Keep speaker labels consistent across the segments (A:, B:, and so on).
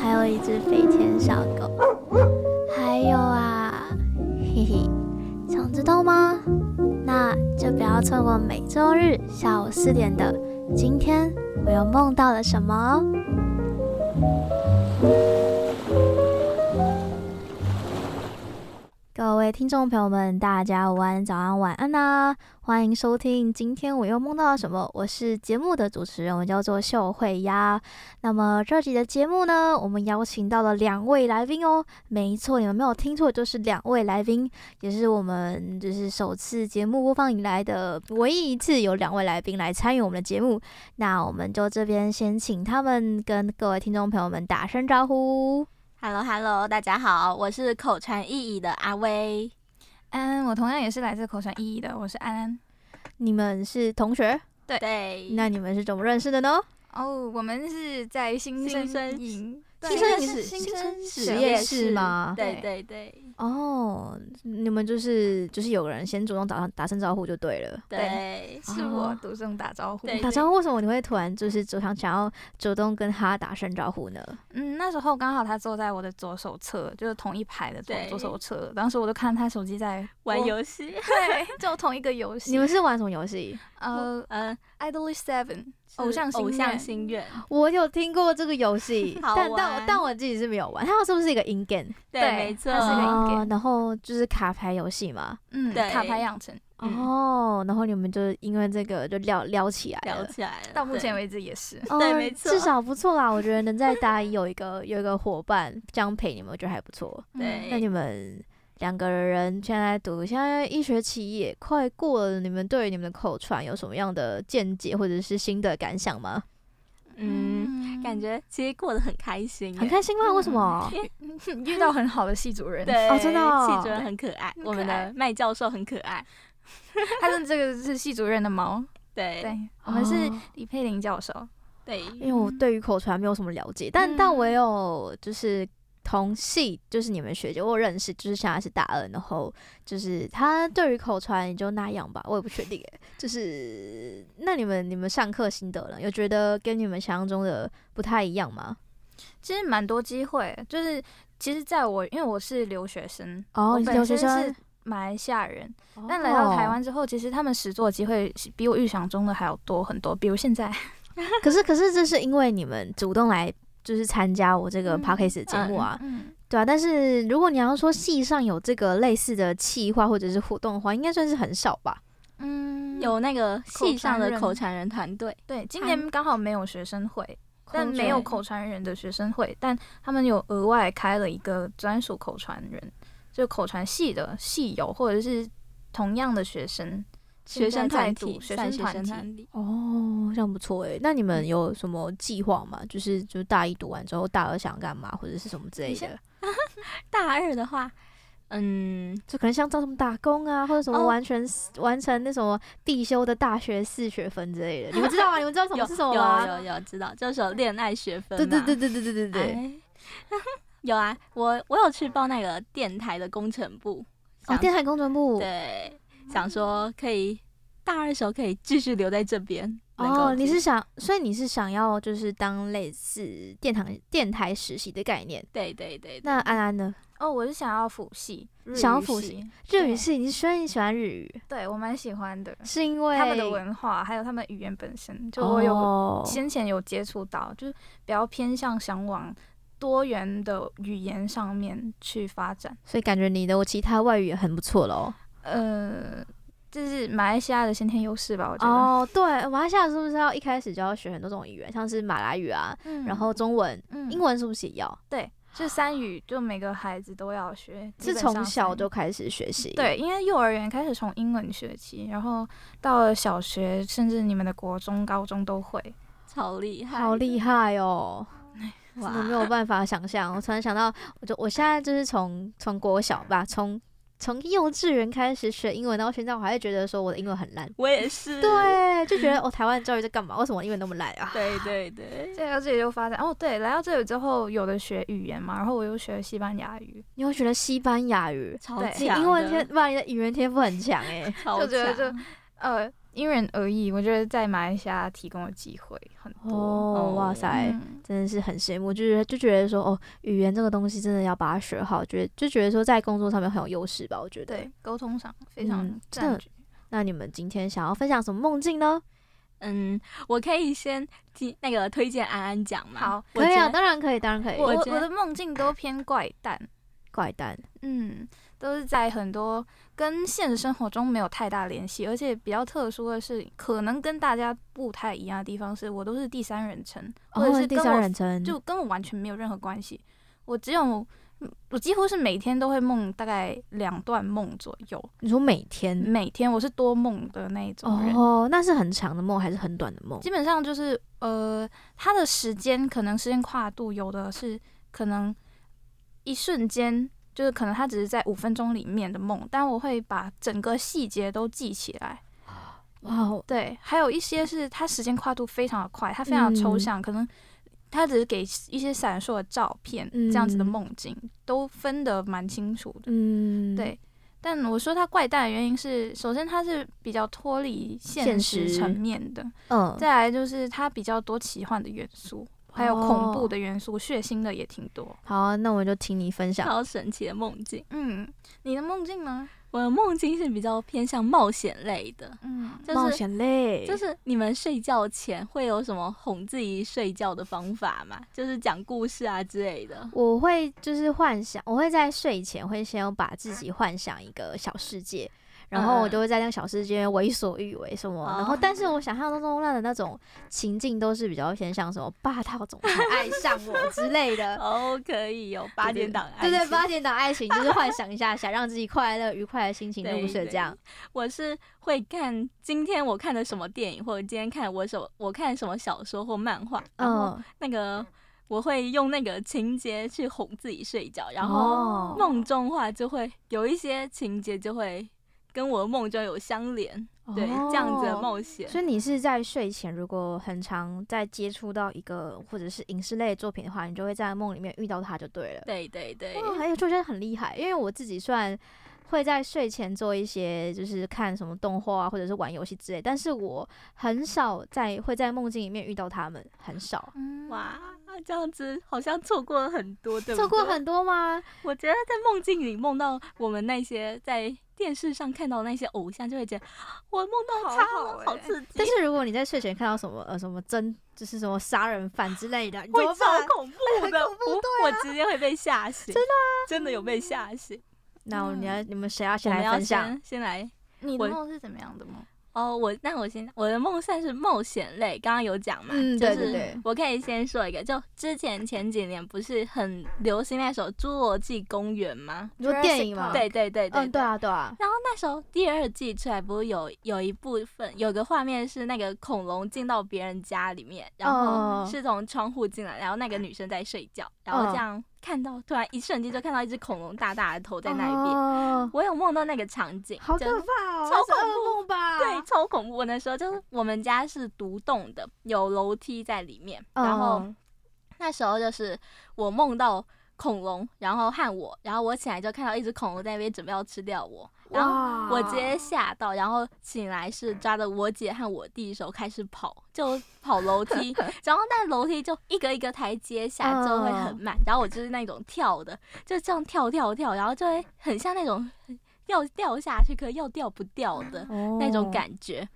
A: 还有一只飞天小狗，还有啊，嘿嘿，想知道吗？那就不要错过每周日下午四点的《今天我又梦到了什么》哦。各位听众朋友们，大家午安、早安、晚安呐、欢迎收听，今天我又梦到了什么？我是节目的主持人，我叫做秀慧呀。那么这集的节目呢，我们邀请到了两位来宾哦，没错，你们没有听错，就是两位来宾，也是我们就是首次节目播放以来的唯一一次有两位来宾来参与我们的节目。那我们就这边先请他们跟各位听众朋友们打声招呼。
B: Hello Hello，大家好，我是口传意译的阿威。
C: 安，我同样也是来自口传意义的，我是安安。
A: 你们是同学？
B: 对，
A: 那你们是怎么认识的呢？
C: 哦，我们是在新
B: 新
C: 生
B: 生
C: 营，对
B: 新生营
C: 是
B: 是
C: 新生
A: 实
C: 实
A: 验
C: 验
A: 室吗
B: 对对对
A: 哦，你们就是就是有人先主动打打声招呼就对了。哦
B: 对，
C: 是我独自打招呼。
B: 哦对
A: 打招呼为什么你会突然就是主想想要主动跟他打声招呼呢？
C: 嗯，那时候刚好他坐在我的左手侧，就是同一排的左
B: 对
C: 左手侧。当时我就看他手机 在
B: 玩
C: 游，
B: 游戏，
C: 对，就同一个游戏。
A: 你们是玩什么游 戏？
C: 呃
B: 嗯，
C: ，Idol Seven
B: 是
C: 偶像心
B: 偶像
C: 愿
B: 心愿，，
A: 我有听过这个游戏
B: 好
A: 但但
B: 玩
A: 我但我自己是没有玩。它是不是一个 in game？
B: 对，
C: 对
B: 没错
C: 它，是一个
A: 哦
C: in-game
A: 然后就是卡牌游戏嘛。
C: 嗯，
B: 对
C: 卡牌养成
B: 嗯
A: 哦，然后你们就因为这个就聊聊起来
B: 聊
A: 了。
B: 起来了。
C: 到目前
B: 对
C: 为止也是。
A: 哦
B: 对没错
A: 至少不错啦。我觉得能在大一有一个有一个伙伴这样陪你们，我觉得还不 错。
B: 对
A: 那你们两个人现在读，现在一学期也快过了，你们对于你们的口传有什么样的见解或者是新的感想吗？
B: 嗯，感觉其实过得很开心，
A: 很开心吗？为什么？
C: 嗯 遇到很好的系主任，
B: 对，
A: 哦真的哦
B: 系主任很可爱，
C: 很可爱
B: 我们的麦教授很可爱，
C: 他的这个是系主任的毛。
B: 对
C: 对，我们是
A: 哦
C: 李佩玲教授。
B: 对
A: 因为我对于口传没有什么了解，但、但我也有就是同系，就是你们学姐，我有认识，就是现在是大二，然后就是她对于口传也就那样吧，我也不确定欸。就是那你们你们上课心得呢？有觉得跟你们想象中的不太一样吗？
C: 其实蛮多机会，就是其实在我因为我是留学生，
A: 哦
C: 我
A: 你是
C: 本
A: 留学
C: 身
A: 生
C: 是马来西亚人，但来到台
A: 哦
C: 湾之后，其实他们实作机会是比我预想中的还要多很多。比如现在，
A: 可是，可是这是因为你们主动来，就是参加我这个
C: 嗯
A: podcast 的节目啊，
C: 嗯，
A: 对啊。但是如果你要说系上有这个类似的企划或者是活动的话，应该算是很少吧？
C: 嗯
B: 有那个系上的口
C: 口
B: 传人团队，
C: 对，今年刚好没有学生会，但没有口传人的学生会，但他们有额外开了一个专属口传人，就口传系的系友或者是同样的学生，
B: 学生
C: 现在在
B: 团
C: 读
B: 体，
C: 学
B: 算
C: 生团
B: 学生
C: 体。
B: 团体，
A: 哦，这样不错诶。那你们有什么计划吗？就是就是大一读完之后，大二想干嘛或者是什么之类
B: 你
A: 的
B: 先？大二的话，嗯，
A: 就可能像找什么打工啊，或者什么
B: 哦
A: 完全、完成那什么必修的大学四学分之类的。你们知道吗？你们知道什么
B: 有啊
A: 是什么吗？
B: 有有啊有知道，就是有恋爱学分嘛。
A: 对对对对对对对对。
B: 哎 有啊，我我有去报那个电台的工程部，
A: 哦，
B: 想
A: 电台工程部。
B: 对，想说可以大二的时候可以继续留在这边。能够
A: 哦，你
B: 继
A: 是想，所以你是想要就是当类似电台电台实习的概念。
B: 对对对，对
A: 那安安呢？
C: 哦，我是想要辅系，日
A: 想要
C: 语
A: 辅
C: 系，
A: 日语
C: 对
A: 系，你虽然你喜欢日语，
C: 对我蛮喜欢的。
A: 是因为
C: 他们的文化，还有他们语言本身，就我有
A: 哦
C: 先前有接触到，就是比较偏向想往多元的语言上面去发展。
A: 所以感觉你的其他外语也很不错喽。
C: 呃，这是马来西亚的先天优势吧，我觉得。
A: 哦，对，马来西亚是不是要一开始就要学很多种语言，像是马来语啊，
C: 嗯
A: 然后中文、
C: 嗯
A: 英文是不是也要？
C: 对，就三语，就每个孩子都要学，基
A: 是
C: 本上
A: 从小
C: 三语
A: 就开始学习？，
C: 对，因为幼儿园开始从英文学起，然后到了小学，甚至你们的国中、高中都会。
B: 超厉 害，
A: 好厉害哦！真的没有办法想象。我突然想到，我就我现在就是从从国小吧，从从幼稚园开始学英文，到现在我还是觉得说我的英文很烂。
B: 我也是，
A: 对，就觉得哦，台湾教育在干嘛？为什么我英文那么烂啊？
B: 对对 对，
C: 在到这里就发展哦，对，来到这里之后，有的学语言嘛，然后我又学西班牙语，
A: 你会觉得西班牙语，
B: 超
C: 对
A: 你
B: 强的，
A: 英文天，不然你的语言天赋很强欸诶、
B: 超
C: 就觉得
B: 强
C: 呃，因人而异。我觉得在马来西亚提供的机会很多，
A: 哦，哇塞，
C: 嗯
A: 真的是很羡慕，就是就觉得说哦，语言这个东西真的要把它学好，觉得就觉得说在工作上面很有优势吧，我觉得。
C: 对，沟通上非常
A: 嗯真的
C: 占据。
A: 那你们今天想要分享什么梦境呢？
B: 嗯，我可以先听那个推荐安安讲吗？
C: 好
B: 我
A: 可以
B: 觉
A: 啊，
B: 得
A: 当然可以，当然可以。
C: 我我
B: 我觉
C: 我
B: 得
C: 的梦境都偏怪诞，
A: 怪诞，
C: 嗯，都是在很多跟现实生活中没有太大联系，而且比较特殊的是，可能跟大家不太一样的地方是，我都是第三人称，或者
A: 哦
C: 是
A: 第
C: 跟
A: 三
C: 我
A: 人称，
C: 就跟我完全没有任何关系。我只有嗯我几乎是每天都会梦大概两段梦左右，
A: 你说每天
C: 每天我是多梦的那一种嗯人，
A: 嗯哦，那是很长的梦还是很短的梦？
C: 基本上就是呃，它的时间可能时间跨度有的是可能一瞬间，就是可能它只是在五分钟里面的梦，但我会把整个细节都记起来。
A: 哇哦，
C: 对，还有一些是它时间跨度非常的快，它非常
A: 嗯
C: 的抽象，可能它只是给一些闪烁的照片、
A: 嗯
C: 这样子的梦境都分得蛮清楚的。
A: 嗯，
C: 对，但我说它怪诞的原因是，首先它是比较脱离现
A: 现
C: 实
A: 实
C: 层面的，
A: 嗯，
C: 再来就是它比较多奇幻的元素，还有恐怖
A: 哦
C: 的元素，血腥的也挺多。
A: 好啊，那我就听你分享。
B: 超神奇的梦境。
C: 嗯，你的梦境呢？
B: 我的梦境是比较偏向冒险类的，
C: 嗯，
B: 就是
A: 冒险类，
B: 就是你们睡觉前会有什么哄自己睡觉的方法吗？就是讲故事啊之类的。
A: 我会就是幻想，我会在睡前会先把自己幻想一个小世界，然后我就会在那个小世界为所欲为什么，
B: 哦
A: 然后但是我想象中的那种情境都是比较偏向什么霸道总 裁爱上我之类的。
B: 哦，可以有八点档爱
A: 对
B: 情，
A: 对，八点档爱情就是幻想一下，想让自己快乐愉快的心情入
B: 对
A: 睡
B: 对
A: 这样。
B: 我是会看今天我看的什么电影，或者今天看我什么我看什么小说或漫画，然后
A: 嗯，
B: 那个我会用那个情节去哄自己睡觉，然后
A: 后
B: 梦中话就会有一些情节就会跟我的梦中有相连，对，这样子的冒险。
A: 哦所以你是在睡前，如果很常在接触到一个或者是影视类的作品的话，你就会在梦里面遇到它就对了。
B: 对对对，
A: 哇，还有就真的很厉害，因为我自己虽然会在睡前做一些就是看什么动画啊，或者是玩游戏之类，但是我很少在会在梦境里面遇到他们，很少。
C: 嗯，
B: 哇，这样子好像错过了很多，对不对？
A: 做过，很多吗？
B: 我觉得在梦境里梦到我们那些在电视上看到的那些偶像，就会觉得我梦到他
C: 好
B: 了，
C: 好欸
B: 好刺激，
A: 但是如果你在睡前看到什么呃什么真就是什么杀人犯之类的，你怎
B: 会
A: 么
B: 超
A: 办？
B: 恐怖 的，
A: 恐怖啊
B: 我我直接会被吓醒，真的、真的有被吓醒。
A: 那我们要你们谁要
B: 嗯我
A: 先
B: 们
A: 来
B: 要
A: 分享？
B: 先先来
C: 嗯你的
B: 我
C: 梦是怎么样的梦？
B: 哦，我那我先我的梦算是冒险类，刚刚有讲嘛，
A: 嗯
B: 就
A: 对
B: 是
A: 对对
B: 我可以先说一个，就之前前几年不是很流行那首《侏罗纪公园》吗？
A: 你说电影吗？
C: Jurassic
B: 对对对对，
A: 嗯，对啊，对啊，
B: 然后那时候第二季出来，不是有有一部分有个画面是那个恐龙进到别人家里面，然后
A: 哦
B: 是从窗户进来，然后那个女生在睡觉，然后这样看到突然一瞬间就看到一只恐龙大大的头在那一边，
A: 边，
B: 我有梦到那个场景，
A: 哦好
B: 真的
A: 可怕哦，
B: 超
A: 那是
B: 恐怖
A: 噩梦吧？
B: 对，超恐怖。我那时候就是我们家是独栋的，有楼梯在里面，然后
A: 嗯
B: 那时候就是我梦到恐龙，然后和我，然后我起来就看到一只恐龙在那边准备要吃掉我，然后
A: 哇，
B: 我直接吓到，然后醒来是抓着我姐和我弟手开始跑，就跑楼梯，然后但楼梯就一个一个台阶下，就会很慢，然后我就是那种跳的，就这样跳跳跳，然后就会很像那种 要掉下去，可又掉不掉的，那种
A: 哦
B: 感觉。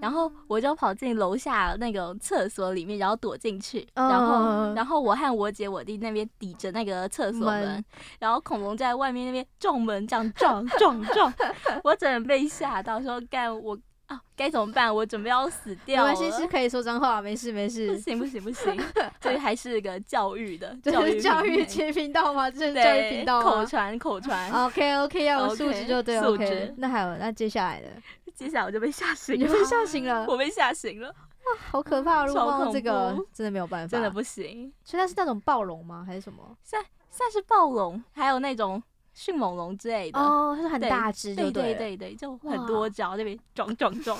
B: 然后我就跑进楼下那个厕所里面，然后躲进去，
A: 嗯
B: 然
A: 嗯
B: 后
A: 嗯
B: 然后我和我姐我弟那边抵着那个厕所门，
A: 门
B: 然后恐龙在外面那边撞门，这样撞 撞撞，我整个被吓到，说干我啊该怎么办？我准备要死掉
A: 没
B: 了，
A: 关系，是可以说脏话，没事 没
B: 不
A: 事。
B: 行不行不 行，这还是个教育的
A: 这
B: 教育
A: 是教育
B: 频
A: 节频道吗？这是
B: 对
A: 教育频道啊
B: 口
A: 吗
B: 传口传，
A: ？OK OK，要有
B: OK，
A: 素质就对
B: 素
A: OK
B: 质。 哎
A: 那还有，那接下来的
B: 接下来我就被吓
A: 你
B: 醒
A: 被
B: 了，
A: 吓醒了，
B: 我被吓醒了，
A: 好可怕！如果
B: 超
A: 碰到这个
B: 恐怖，
A: 真的没有办法，
B: 真的不行。
A: 所以它是那种暴龙吗？还是什么？
B: 算算是暴龙，还有那种迅猛龙之类的。
A: 哦，它是很
B: 对
A: 大只，对
B: 对对
A: 了。
B: 对对，就
A: 哇
B: 很多脚那边撞撞撞。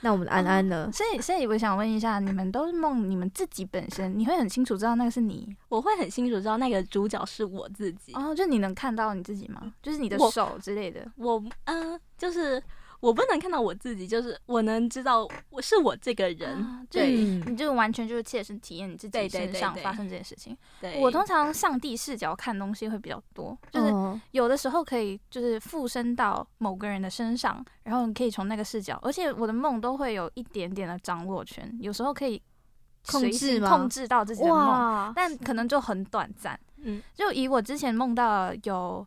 A: 那我们的安安
B: 哦
A: 呢？
C: 所以，所以我想问一下，你们都是梦，你们自己本身，你会很清楚知道那个是你
B: 我会很清楚知道那个主角是我自己。
C: 哦，就你能看到你自己吗？就是你的
B: 我
C: 手之类的。
B: 我嗯、就是我不能看到我自己，就是我能知道我是我这个人。
C: 啊就
B: 对
A: 嗯
C: 你你就完全就是切身体验你自己
B: 对对
C: 身
B: 对
C: 上
B: 对
C: 发生这件事情。
B: 对，嗯
C: 我通常上帝视角看东西会比较多，就是
A: 哦
C: 有的时候可以就是附身到某个人的身上，然后你可以从那个视角，而且我的梦都会有一点点的掌握权，有时候可以
A: 控
C: 随
A: 制
C: 心
A: 吗
C: 控制到自己的梦，
A: 哇，
C: 但可能就很短暂。
B: 嗯
C: 就以我之前梦到有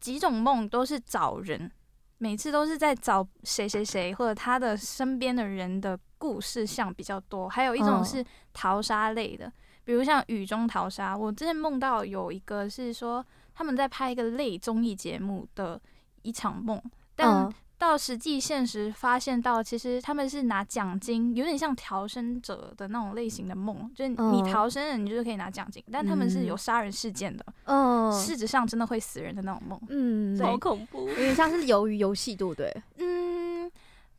C: 几种梦都是找人，每次都是在找谁谁谁或者他的身边的人的故事像比较多，还有一种
A: 嗯
C: 是淘沙类的，比如像雨中淘沙。我之前梦到有一个是说他们在拍一个类综艺节目的一场梦，但
A: 嗯
C: 到实际现实发现到，其实他们是拿奖金，有点像逃生者的那种类型的梦，就是你
A: 嗯
C: 逃生了，你就是可以拿奖金，但他们是有杀人事件的，
A: 嗯
C: 事实上真的会死人的那种梦。
A: 嗯，
B: 好
A: 有
B: 恐怖。
A: 点像是鱿鱼游戏，对不对？
C: 嗯，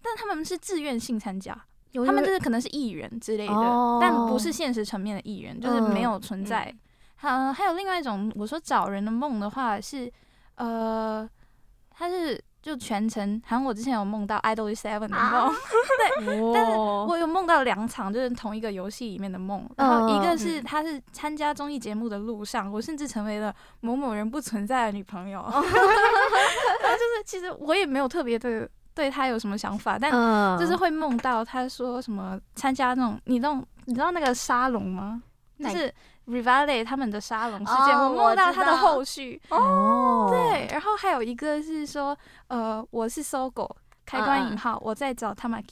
C: 但他们是自愿性参加，
A: 鱿鱼
C: 他们就是可能是艺人之类的，
A: 哦
C: 但不是现实层面的艺人，就是没有存在。嗯，还有另外一种，我说找人的梦的话是，呃，他是就全程，好像我之前有梦到《Idol Seven》的梦。 但是
A: 哦，
C: 我有梦到两场，就是同一个游戏里面的梦，然后一个是
B: 嗯
C: 他是参加综艺节目的路上，我甚至成为了某某人不存在的女朋
B: 哦
C: 友，然后就是其实我也没有特别的对他有什么想法，但
A: 嗯
C: 就是会梦到他说什么参加那种你那种你知道那个沙龙吗？就
B: 哪
C: 是 Rivale 他们的沙龙事件，
B: 哦
C: 我梦到他的
B: 我知道
C: 后续，
A: 哦，
C: 对，然后还有一个是说呃我是搜狗。开关引
B: 嗯
C: 号，我在找 Tamaki。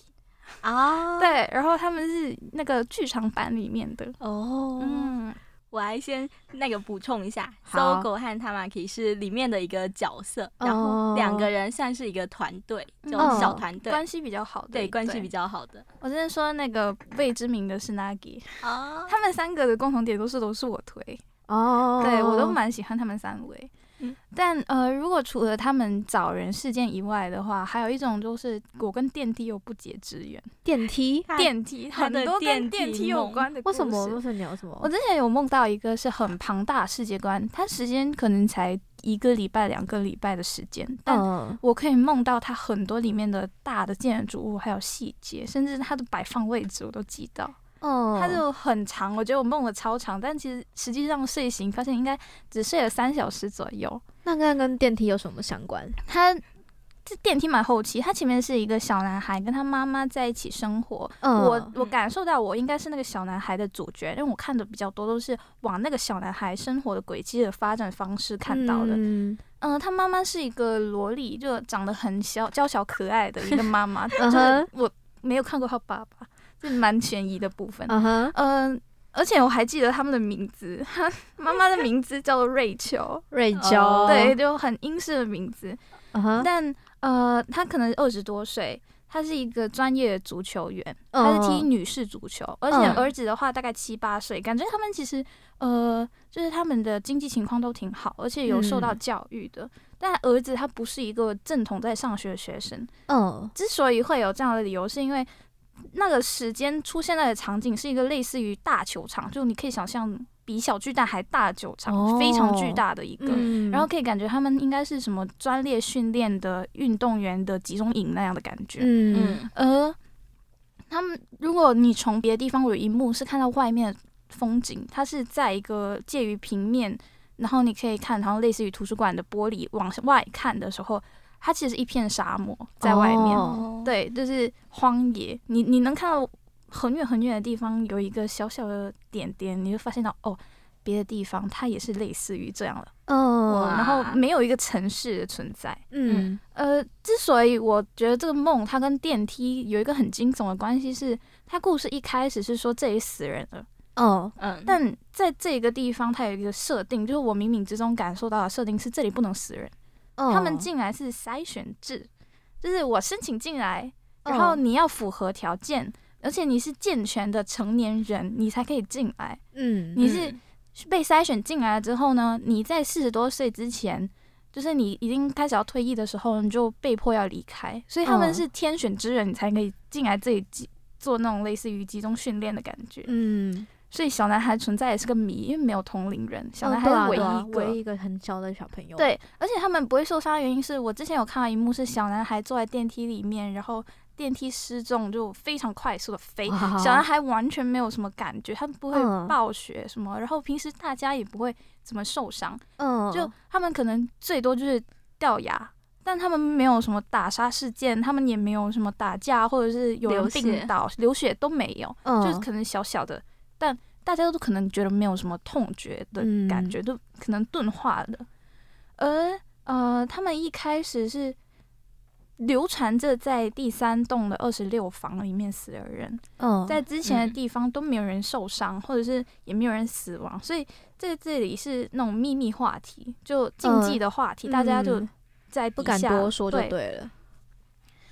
B: 啊，
C: 对，然后他们是那个剧场版里面的。
B: 哦，
C: 嗯，
B: 我还先那个补充一下，
A: 好
B: 搜狗和 Tamaki 是里面的一个角色，
A: 哦
B: 然后两个人算是一个团队，
C: 嗯
B: 就小团队，
C: 关系比较好的，
B: 对关系比。较好的
C: 我之前说那个未知名的是 Nagi，
B: 啊
C: 他们三个的共同点都是都是我推，
A: 哦，
C: 对我都蛮喜欢他们三位。
B: 嗯
C: 但呃，如果除了他们找人事件以外的话，还有一种就是我跟电梯有不解之缘，
A: 电梯，
B: 他
C: 电梯
B: 啊 他
C: 很
B: 的
C: 多跟
B: 电梯
C: 电梯有
B: 梦
C: 关的故
A: 为
C: 事。
A: 什么？为什么你有什
C: 我
A: 么？
C: 之前有梦到一个是很庞大的世界观，它时间可能才一个礼拜、两个礼拜的时间，但
A: 嗯，
C: 我可以梦到它很多里面的大的建筑物，还有细节，甚至它的摆放位置我都记到。
A: 嗯，
C: 它就很长，我觉得我梦了超长，但其实实际上睡醒发现应该只睡了三小时左右。
A: 那跟跟电梯有什么相关？
C: 它这电梯蛮后期，它前面是一个小男孩跟他妈妈在一起生活。
A: 嗯，
C: 我我感受到我应该是那个小男孩的主角，因为我看的比较多都是往那个小男孩生活的轨迹的发展方式看到的。
A: 嗯
C: 嗯、他妈妈是一个萝莉，就长得很小、娇小可爱的一个妈妈， 就
A: 嗯哼
C: 是我没有看过他爸爸，这蛮悬疑的部分。
A: 嗯哼，
C: 嗯、而且我还记得他们的名字，他妈妈的名字叫做瑞秋，
A: 瑞娇，
C: 对，，就很英式的名字。
A: 哦嗯哼，
C: 但呃，他可能二十多岁，他是一个专业的足球员，他是踢
A: 嗯
C: 女士足球，而且
A: 嗯
C: 儿子的话大概七八岁，感觉他们其实呃，就是他们的经济情况都挺好，而且有受到
A: 嗯
C: 教育的。但儿子他不是一个正统在上学的学生，
A: 嗯
C: 之所以会有这样的理由，是因为那个时间出现在的场景是一个类似于大球场，就你可以想象比小巨蛋还大的球场，
A: 哦
C: 非常巨大的一个。
A: 嗯，
C: 然后可以感觉他们应该是什么专业训练的运动员的集中营那样的感觉。
A: 嗯
B: 嗯
C: 呃，他们如果你从别的地方有一幕是看到外面的风景，它是在一个介于平面，然后你可以看，然后类似于图书馆的玻璃往外看的时候，它其实是一片沙漠在外面。
A: 哦
C: 对，就是荒野，你你能看到很远很远的地方有一个小小的点点，你就发现到哦，别的地方它也是类似于这样的，
A: 嗯
B: 哇
C: 然后没有一个城市的存在。
A: 嗯
C: 呃，之所以我觉得这个梦它跟电梯有一个很惊悚的关系是，它故事一开始是说这里死人了，
A: 哦
B: 嗯，
C: 但在这个地方它有一个设定，就是我冥冥之中感受到的设定是这里不能死人，
A: 哦，
C: 他们进来是筛选制，就是我申请进来，然后你要符合条件，而且你是健全的成年人，你才可以进来。
A: 嗯
C: 你是被筛选进来了之后呢，你在四十多岁之前，就是你已经开始要退役的时候，你就被迫要离开。所以他们
A: 嗯
C: 是天选之人，你才可以进来这里集做那种类似于集中训练的感觉。
A: 嗯，
C: 所以小男孩存在也是个谜，因为没有同龄人，小男
A: 哦
C: 孩
A: 对啊
C: 是唯
A: 对
C: 一
A: 啊
C: 一个。
A: 唯一一个很小的小朋友，，
C: 对，而且他们不会受伤的原因是我之前有看到一幕是小男孩坐在电梯里面，然后电梯失重就非常快速的飞，
A: 哇
C: 小男孩完全没有什么感觉，他们不
A: 嗯
C: 会暴雪什么，然后平时大家也不会怎么受伤，
A: 嗯，
C: 就他们可能最多就是掉牙。但他们没有什么打杀事件，他们也没有什么打架，或者是有人
B: 流血
C: 病倒、流血都没有。
A: 嗯
C: 就是可能小小的，但大家都可能觉得没有什么痛觉的
A: 嗯
C: 感觉，都可能钝化了。而呃，他们一开始是流传着在第三栋的二十六房里面死了人，
A: 嗯
C: 在之前的
B: 嗯
C: 地方都没有人受伤，或者是也没有人死亡，所以在这里是那种秘密话题，就禁忌的话题，大家就
A: 嗯
C: 在底
A: 不敢
C: 下
A: 多说就
C: 对
A: 对了，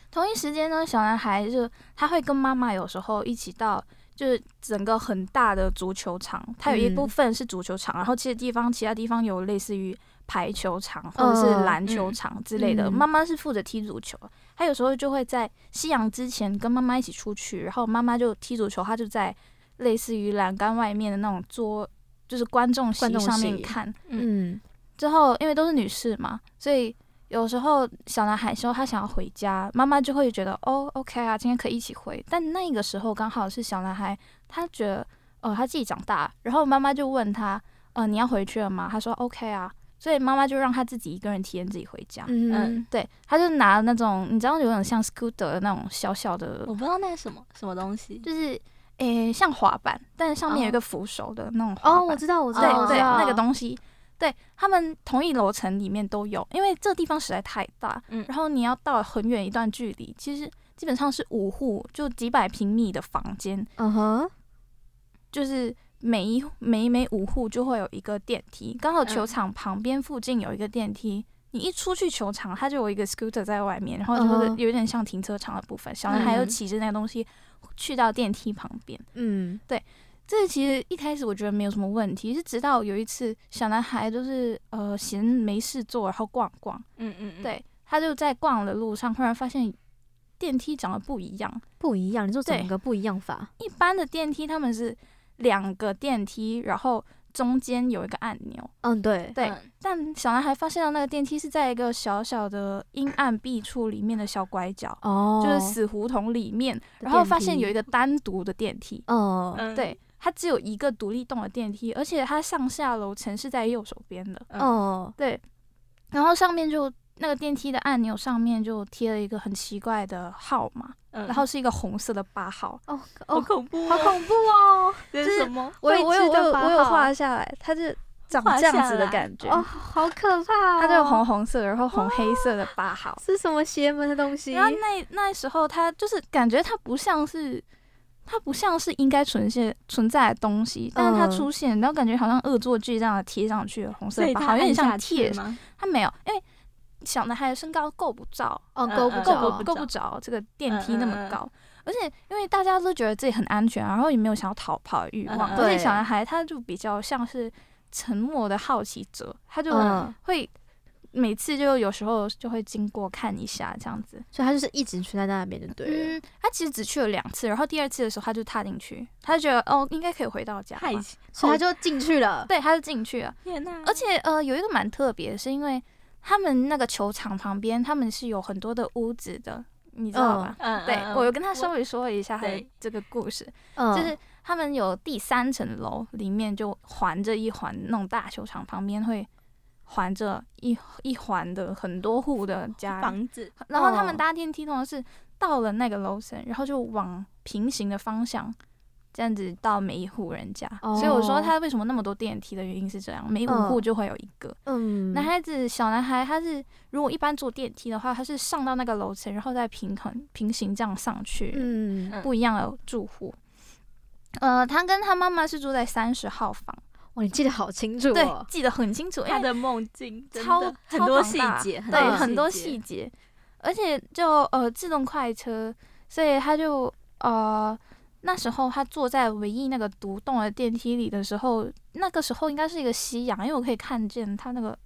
C: 同一时间呢，小男孩就他会跟妈妈有时候一起到，就是整个很大的足球场，它有一
A: 嗯
C: 部分是足球场，然后其他地方其他地方有类似于排球场或者是
A: 嗯
C: 篮球场之类的。
A: 嗯
C: 妈妈是负责踢足球，他有时候就会在夕阳之前跟妈妈一起出去，然后妈妈就踢足球，他就在类似于栏杆外面的那种桌，就是观众席
A: 观众
C: 上
A: 席
C: 面看。
A: 嗯
C: 之后，因为都是女士嘛，所以有时候小男孩说他想要回家，妈妈就会觉得哦，OK 啊，今天可以一起回。但那个时候刚好是小男孩，他觉得哦，他自己长大，然后妈妈就问他，呃，你要回去了吗？他说 OK 啊，所以妈妈就让他自己一个人体验自己回家。
A: 嗯
B: 嗯
C: 对，他就拿那种你知道有点像 scooter 的那种小小的
B: 我，
A: 哦
B: 不知道那是什么什么东西，
C: 就是诶、像滑板，但是上面有一个扶手的那种滑板。
A: 哦，我知道，我知
C: 对
A: 道，
B: 哦
A: 我
C: 对，
A: 知道
C: 那个东西，对他们同一楼层里面都有，因为这地方实在太大，
B: 嗯
C: 然后你要到很远一段距离，其实基本上是五户就几百平米的房间，
A: 嗯哼，
C: 就是每一每一每五户就会有一个电梯，刚好
B: 嗯
C: 球场旁边附近有一个电梯。你一出去球场，它就有一个 scooter 在外面，然后就是
A: 嗯哼
C: 有点像停车场的部分。小男孩又
B: 嗯
C: 骑着那个东西去到电梯旁边，
A: 嗯
C: 这其实一开始我觉得没有什么问题，是直到有一次小男孩就是呃闲没事做，然后逛逛，
B: 嗯嗯，
C: 对他就在逛的路上忽然发现电梯长得不一样。
A: 不一样，你说怎么
C: 对
A: 个不一样法？
C: 一般的电梯他们是两个电梯，然后中间有一个按钮，
A: 嗯，对，
C: 对。
B: 嗯
C: 但小男孩发现到那个电梯是在一个小小的阴暗壁处里面的小拐角，
A: 哦，
C: 就是死胡同里面，
A: 的
C: 然后发现
A: 电梯
C: 有一个单独的电梯，
A: 哦，
B: 嗯，
C: 对，它只有一个独立栋的电梯，而且它上下楼层是在右手边的。
B: 嗯
A: 哦，
C: 对，然后上面就那个电梯的按钮上面就贴了一个很奇怪的号码，
B: 嗯，
C: 然后是一个红色的八号。
A: 哦
B: 好
A: 哦，
B: 恐怖
A: 好
B: 哦，
A: 恐怖哦，
B: 这
C: 就是
B: 是什么？
C: 我有我有我有
A: 八
C: 我有
A: 号
C: 画下来，它是长
B: 啊画
C: 这样
B: 下
C: 子的
B: 来
C: 感觉，
A: 哦，好可 怕哦，
C: 它就有红红色，然后红黑色的八号。
A: 是什么邪门的东西？
C: 然后那那时候他就是感觉它不像是，它不像是应该存现存在的东西，但是它
A: 嗯
C: 出现，然后感觉好像恶作剧这样贴上去的红色
B: 所以
C: 的
B: 他
C: 八号，有点
B: 按
C: 像
B: 下去
C: 贴。
B: 吗？
C: 它没有，因为小男孩的身高够不着，
A: 哦，
B: 嗯
A: 够
B: 嗯
A: 不
B: 嗯
C: 够
A: 着
C: 不
B: 不，
C: 够
B: 着
C: 不着这个电梯那么
B: 嗯嗯嗯
C: 高，而且因为大家都觉得自己很安全啊，然后也没有想要逃跑的欲望，
B: 嗯嗯
C: 而且
A: 对
C: 小男孩他就比较像是沉默的好奇者，他就
A: 嗯
C: 会每次就有时候就会经过看一下这样子。
A: 所以他就是一直存在那边就对了。
C: 嗯，他其实只去了两次，然后第二次的时候他就踏进去，他就觉得哦应该可以回到家吧，
B: 太
A: 所以他就进去了，
C: 对，他就进去了。
B: 天哪！
C: 而且呃，有一个蛮特别的，是因为他们那个球场旁边，他们是有很多的屋子的，你知道吧？
B: 嗯，嗯，
C: 对，
B: 嗯
C: 我有跟他稍微说一下他的
B: 对
C: 这个故事，
A: 嗯，
C: 就是他们有第三层楼，里面就环着一环那种大球场旁边会环着一一环的很多户的家，
B: 房子，
C: 然后他
A: 哦
C: 们搭电梯通常是到了那个楼层，然后就往平行的方向这样子到每一户人家。所以我
A: 哦
C: 说他为什么那么多电梯的原因是这样，每五
A: 嗯
C: 户就会有一个。
A: 嗯，
C: 男孩子小男孩他是如果一般坐电梯的话，他是上到那个楼层，然后再平衡平行这样上去，
A: 嗯，
B: 嗯
C: 不一样的住户。呃，他跟他妈妈是住在三十号房，
A: 哇，你记得好清楚
C: 对
A: 哦，，
C: 记得很清楚，因为
B: 他的梦境真的
C: 超
B: 很
C: 超
B: 多
C: 庞
B: 细
C: 大
B: 节，
C: 对，很
B: 很
C: 多
B: 多
C: 细
B: 节，
C: 节，而且就呃，自动快车所以他就呃那时候他坐在唯一那个独栋的电梯里的时候，那个时候应该是一个夕阳，因为我可以看见他那个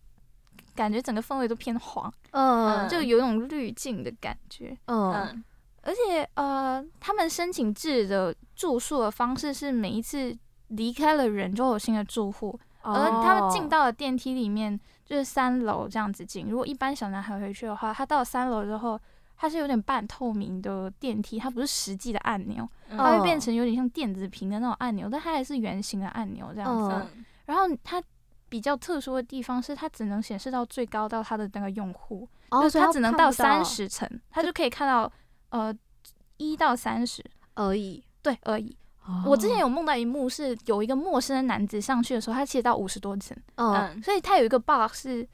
C: 感觉整个氛围都偏黄，
A: 嗯
C: 就有一种滤镜的感觉。
A: 嗯
B: 嗯，
C: 而且呃，他们申请制的住宿的方式是每一次离开了人就有新的住户，
A: 哦
C: 而他们进到了电梯里面，就是三楼这样子进。如果一般小男孩回去的话，他到三楼之后，它是有点半透明的电梯，它不是实际的按钮，
B: 嗯
C: 它会变成有点像电子屏的那种按钮，但它还是圆形的按钮这样子。
A: 嗯
B: 嗯
C: 然后它比较特殊的地方是，它只能显示到最高到它的那个用户，
A: 哦，所
C: 就是
A: 以
C: 它只能
A: 看
C: 到
A: 不
C: 三十层，它就可以看到呃一到三十
A: 而已。
C: 对而已。
A: 哦
C: 我之前有梦到一幕是有一个陌生的男子上去的时候，他其实到五十多层。
A: 嗯
B: 嗯
C: 所以它有一个 bug 是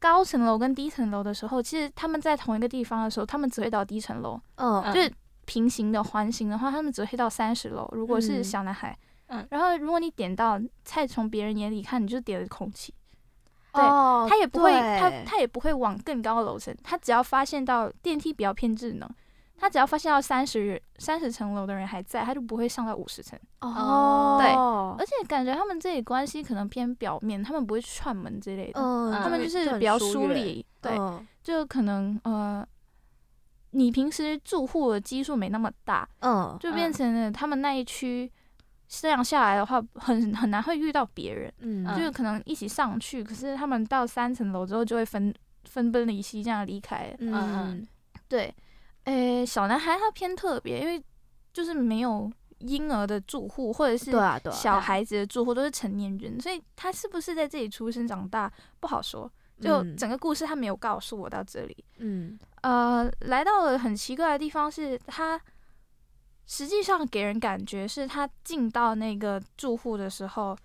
C: 高层楼跟低层楼的时候，其实他们在同一个地方的时候，他们只会到低层楼，
A: 嗯
C: 哦就是平行的环形的话，他们只会到三十楼。如果是小男孩，
B: 嗯
C: 然后如果你点到菜，从别人眼里看，你就点了空气，对
A: 哦
C: 他也不会，
A: 对
C: 他他也不会往更高楼层，他只要发现到电梯比较偏智能。他只要发现到三十人、三十层楼的人还在，他就不会上到五十层。嗯对
A: 哦，
C: 而且感觉他们这里关系可能偏表面，他们不会去串门之类的。
A: 嗯，
C: 他们
B: 嗯
C: 就是比较疏离，对，
A: 嗯
C: 就可能呃，你平时住户的基数没那么大，
A: 嗯
C: 就变
B: 嗯
C: 成了他们那一区这样下来的话，很很难会遇到别人，
A: 嗯
C: 就是可能一起上去，可是他们到三层楼之后就会分分崩离析，这样离开了。
A: 嗯
B: 嗯
C: 对，诶，小男孩他偏特别，因为就是没有婴儿的住户或者是
A: 对啊对啊，
C: 小孩子的住户都是成年人，所以他是不是在这里出生长大不好说。就
A: 嗯
C: 整个故事他没有告诉我到这里。
A: 嗯
C: 呃，来到了很奇怪的地方是，他实际上给人感觉是他进到那个住户的时候，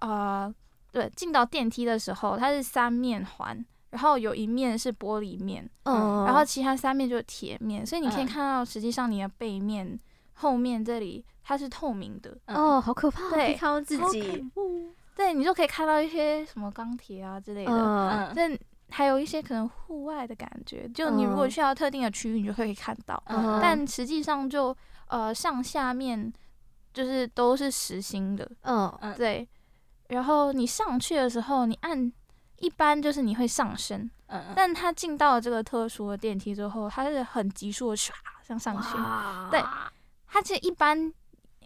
C: 呃，对，进到电梯的时候，它是三面环，然后有一面是玻璃面，
A: 嗯，
C: 然后其他三面就是铁面，所以你可以
B: 嗯
C: 看到实际上你的背面、后面这里它是透明的。
B: 嗯
A: 哦，好可怕，
C: 嗯对
A: 可以看到自
C: 好
A: 己，
C: 对你就可以看到一些什么钢铁啊之类的，
A: 嗯
B: 嗯
C: 但还有一些可能户外的感觉，就你如果
A: 嗯
C: 去到特定的区域，你就可以看到。
A: 嗯
C: 但实际上就呃上下面就是都是实心的，
A: 嗯
B: 嗯
C: 对。然后你上去的时候，你按一般就是你会上升，
B: 嗯嗯
C: 但它进到了这个特殊的电梯之后，它是很急速的唰这样上去。
A: 哇
C: 嗯对它其实一般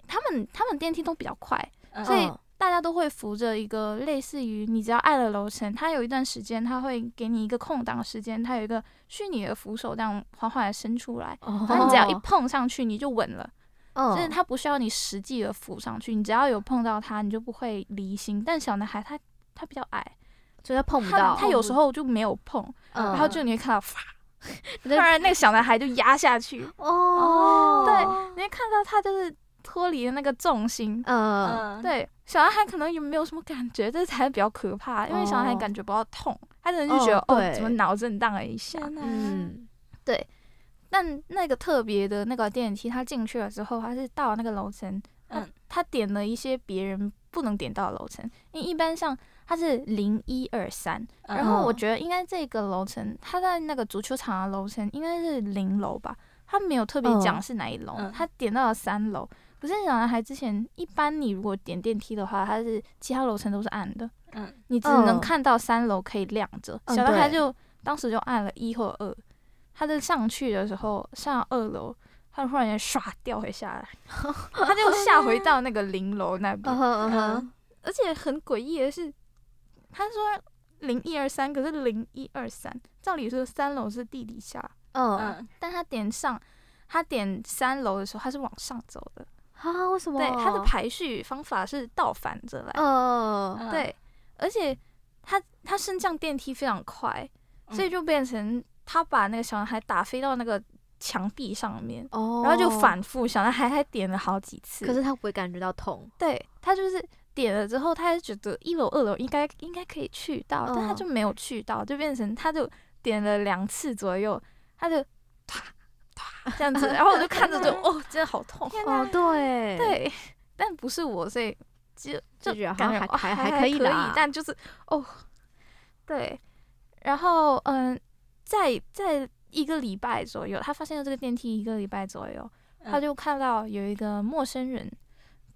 C: 他们他们电梯都比较快，
B: 嗯，
C: 所以
A: 嗯
C: 大家都会扶着一个类似于你只要按了楼层，它有一段时间，它会给你一个空档时间，它有一个虚拟的扶手这样缓缓的伸出来，
A: 哦
C: 然后你只要一碰上去你就稳了，
A: 嗯
C: 所以它不需要你实际的扶上去，你只要有碰到它，你就不会离心。但小男孩他他比较矮，
A: 所以他碰不
C: 他
A: 到，
C: 他有时候就没有碰，
A: 嗯
C: 然后就你会 看到， 啪，突
A: 对
C: 然那个小男孩就压下去，
A: 哦，
C: 对，你会看到他就是脱离了那个重心，
A: 嗯
B: 嗯，
C: 对，小男孩可能也没有什么感觉，这才比较可怕，因为小男孩
A: 哦
C: 感觉不到痛，他可能就觉得
A: 哦
C: 哦
A: 对
C: 怎么脑震荡了一下。
B: 天哪，
A: 嗯
C: 但那个特别的那个电梯，他进去了之后，他是到了那个楼层，他
B: 嗯
C: 他点了一些别人不能点到的楼层，因为一般像他是零一二三，
B: 嗯
C: 然后我
A: 嗯
C: 觉得应该这个楼层，他在那个足球场的楼层应该是零楼吧，他没有特别讲
A: 嗯
C: 是哪一楼，
B: 嗯
C: 他点到了三楼。可是小男孩之前，一般你如果点电梯的话，它是其他楼层都是暗的，
B: 嗯
C: 你只能
A: 嗯
C: 看到三楼可以亮着。
A: 嗯
C: 小男孩
A: 对
C: 就当时就按了一或二，他在上去的时候上二楼，他突然间唰掉回 下来，他就下回到那个零楼那边
A: 嗯。哼嗯哼，
C: 而且很诡异的是，他说零一二三，可是零一二三，照理说三楼是地底下，
A: 嗯
B: 嗯
C: 但他点上，他点三楼的时候，他是往上走的，
A: 啊，为什么？
C: 对，他的排序方法是倒反着来，
A: 嗯，
B: 嗯
C: 对，而且他他升降电梯非常快，所以
B: 嗯
C: 就变成他把那个小男孩打飞到那个墙壁上面。
A: 哦，
C: 然后就，反复，小男孩还点了好几次。
A: 可是他不会感觉到痛，
C: 对他就是点了之后，他就觉得一楼、二楼应该应该可以去到，但他
A: 嗯
C: 就没有去到，就变成他就点了两次左右，他就 啪啪这样子，然后我就看着就哦，真的好痛，
B: 天
A: 哦，
B: 哪，
A: 对，
C: 对，但不是我，所以就
A: 就
C: 就
A: 觉得好
C: 感
A: 像还
C: 觉哦
A: 还
C: 还
A: 还可以
C: 可
A: 啦
C: 以，但就是哦，对，然后嗯，再再一个礼拜左右，他发现了这个电梯一个礼拜左右，
A: 嗯
C: 他就看到有一个陌生人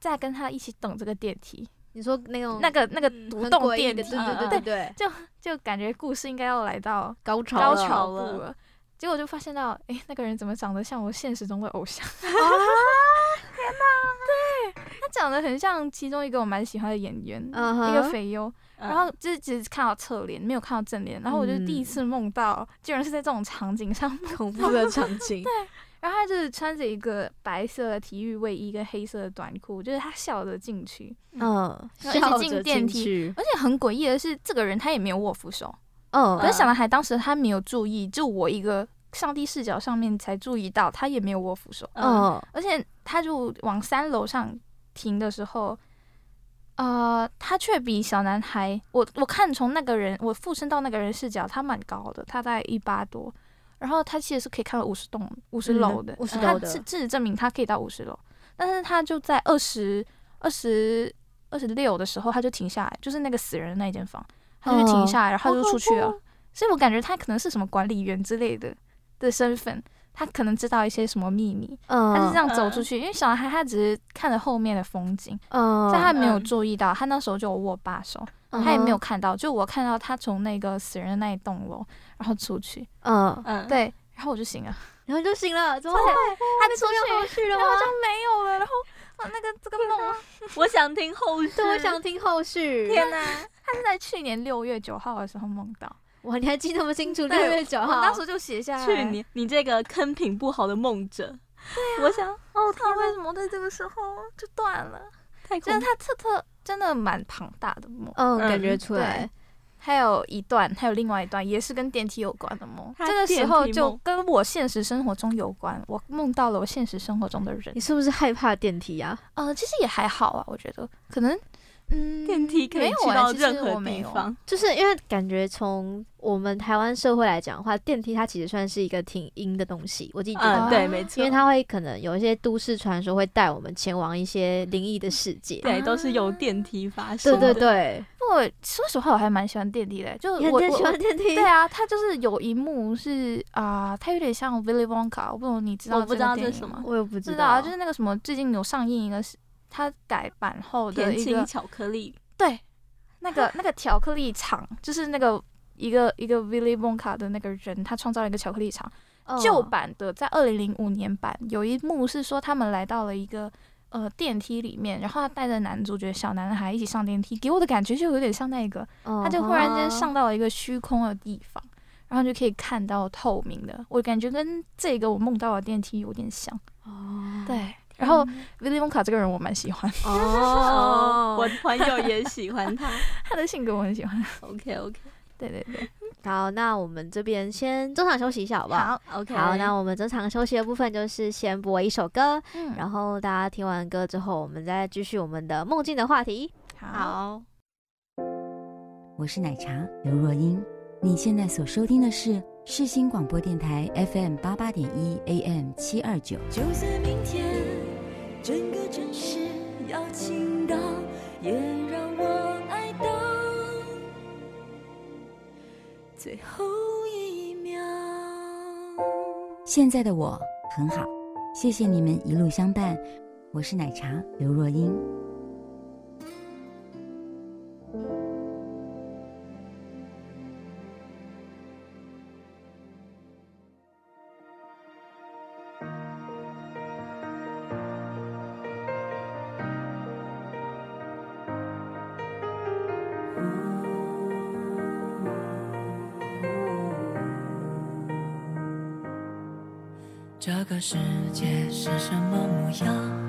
C: 在跟他一起等这个电梯，
A: 你说那种
C: 那个那个
B: 嗯
C: 独
A: 哦很
C: 栋
A: 诡异
C: 电
A: 的
C: 梯，
A: 对对对对对，
C: 就就感觉故事应该要来到
A: 高潮
C: 高
A: 了
C: 潮
B: 了
C: 部了。嗯结果就发现到，诶，那个人怎么长得像我现实中的偶像？
A: 啊！
C: 他长得很像其中一个我蛮喜欢的演员
A: 嗯哼
C: 一个肥优。
B: 嗯
C: 然后就是只是看到侧脸，没有看到正脸。然后我就第一次梦到，居然是在这种场景上梦
A: 恐怖的场 景，
C: 然后他就是穿着一个白色的体育卫衣跟黑色的短裤，就是他笑着进去，
A: 嗯，
C: 然后一直
A: 笑
C: 进
A: 着
C: 电梯
A: 去，
C: 而且很诡异的是，这个人他也没有握扶手。
A: 嗯，
C: 可是想到还当时他没有注意，就我一个上帝视角上面才注意到，他也没有握扶手，
B: 嗯
A: 嗯
C: 而且他就往三楼上停的时候。呃，他却比小男孩，我我看从那个人，我附身到那个人视角，他蛮高的，他大概一八多，然后他其实是可以看到五十栋、五十
A: 嗯
C: 楼的，
A: 50
C: 他
A: 楼的
C: 事事实证明他可以到五十楼，但是他就在二十二十二十六的时候，他就停下来，就是那个死人的那一间房，他就
A: 嗯
C: 停下来，然后他就出去
A: 哦
C: 了。所以我感觉他可能是什么管理员之类的的身份，他可能知道一些什么秘密，
A: 嗯，
C: 他是这样走出去。因为小男孩他只是看着后面的风景，
A: 嗯，
C: 所以他没有
B: 嗯
C: 注意到，他那时候就有握把手，
A: 嗯
C: 他也没有，看到，就我看到他从那个死人的那一栋楼，然后出去，
A: 嗯，
B: 嗯，
C: 对，然后我就醒了，
A: 然后就醒了，怎么会？他出去后续了
C: 然
A: 吗
C: 后？ 就没有了，然后。啊，那个这个梦，
B: 我想听后续。
A: 对，我想听后续。
B: 天哪，
C: 他是在去年六月九号的时候梦到，
A: 哇，你还记那么清楚？六
C: 对
A: 月九
C: 我
A: 号，
C: 当时就写下来。
B: 去你你这个坑品不好的梦者。我想
C: 哦，他为什么在这个时候就断了？
B: 太
C: 就
B: 恐
C: 是
B: 怖。
C: 他特特真的蛮庞大的梦。
A: 嗯，
B: 嗯
A: 感觉出来
C: 对，还有一段，还有另外一段也是跟电梯有关的梦。
B: 他
C: 这个时候
B: 电梯
C: 就
B: 梦
C: 跟我现实生活中有关，我梦到了我现实生活中的人
B: 嗯
A: 你。是不是害怕电梯啊呀？
C: 呃，其实也还好啊，我觉得可能，嗯，
B: 电梯可
C: 没
B: 以
C: 有
B: 去
C: 欸
B: 到
C: 其实
B: 任何
C: 我没
B: 地
C: 有
B: 方，
A: 就是因为感觉从我们台湾社会来讲的话，电梯它其实算是一个挺阴的东西，我自己觉
B: 嗯，
A: 得，
C: 啊
B: 对，没错，
A: 因为它会可能有一些都市传说会带我们前往一些灵异的世界。
B: 对
C: 啊
B: 都是由电梯发生
A: 对
B: 的。
A: 对对，
C: 不过说实话，我还蛮喜欢电梯的，就是
A: 你
C: 我
A: 很
C: 我
A: 喜欢电梯，
C: 对啊，它就是有一幕是啊、它有点像 Willy Wonka，我不懂你知道
B: 我不知
C: 个
B: 道
C: 电
B: 这是
C: 影
B: 什
C: 吗
B: 么
A: 我也不
C: 知
A: 知
C: 道
A: 啊
C: 啊，就是那个什么，最近有上映一个是它改版后的
B: 甜
C: 一
B: 心
C: 个，
B: 巧克力，
C: 对，那个那个巧克力厂，就是那个一个一个 Willy Wonka 的那个人，他创造了一个巧克力厂。
A: 哦嗯
C: 旧版的在二零零五年版有一幕是说他们来到了一个。呃，电梯里面，然后他带着男主角小男孩一起上电梯，给我的感觉就有点像那个，他
A: 他
C: 就忽然间
B: 哦
C: 上到了一个虚空的地方，然后就可以看到透明的，我感觉跟这个我梦到的电梯有点像。对，然后
A: 嗯
C: 威利翁卡这个人我蛮喜欢，
A: 哦，
B: 我朋友也喜欢他。
C: 他的性格我很喜欢。
B: OK OK
C: 对对对，
A: 好，那我们这边先中场休息一下，好不好？
B: OK，
A: 好，那我们中场休息的部分就是先播一首歌，
C: 嗯
A: 然后大家听完歌之后，我们再继续我们的梦境的话题。
C: 后好，
B: 好，
D: 我是奶茶刘若英。你现在所收听的是世新广播电台 FM 八八点一 AM 七二九。
E: 就算明天整个城市要倾倒，也让我爱到最后一秒。
D: 现在的我很好，谢谢你们一路相伴。我是奶茶刘若英。
E: 这个世界是什么模样？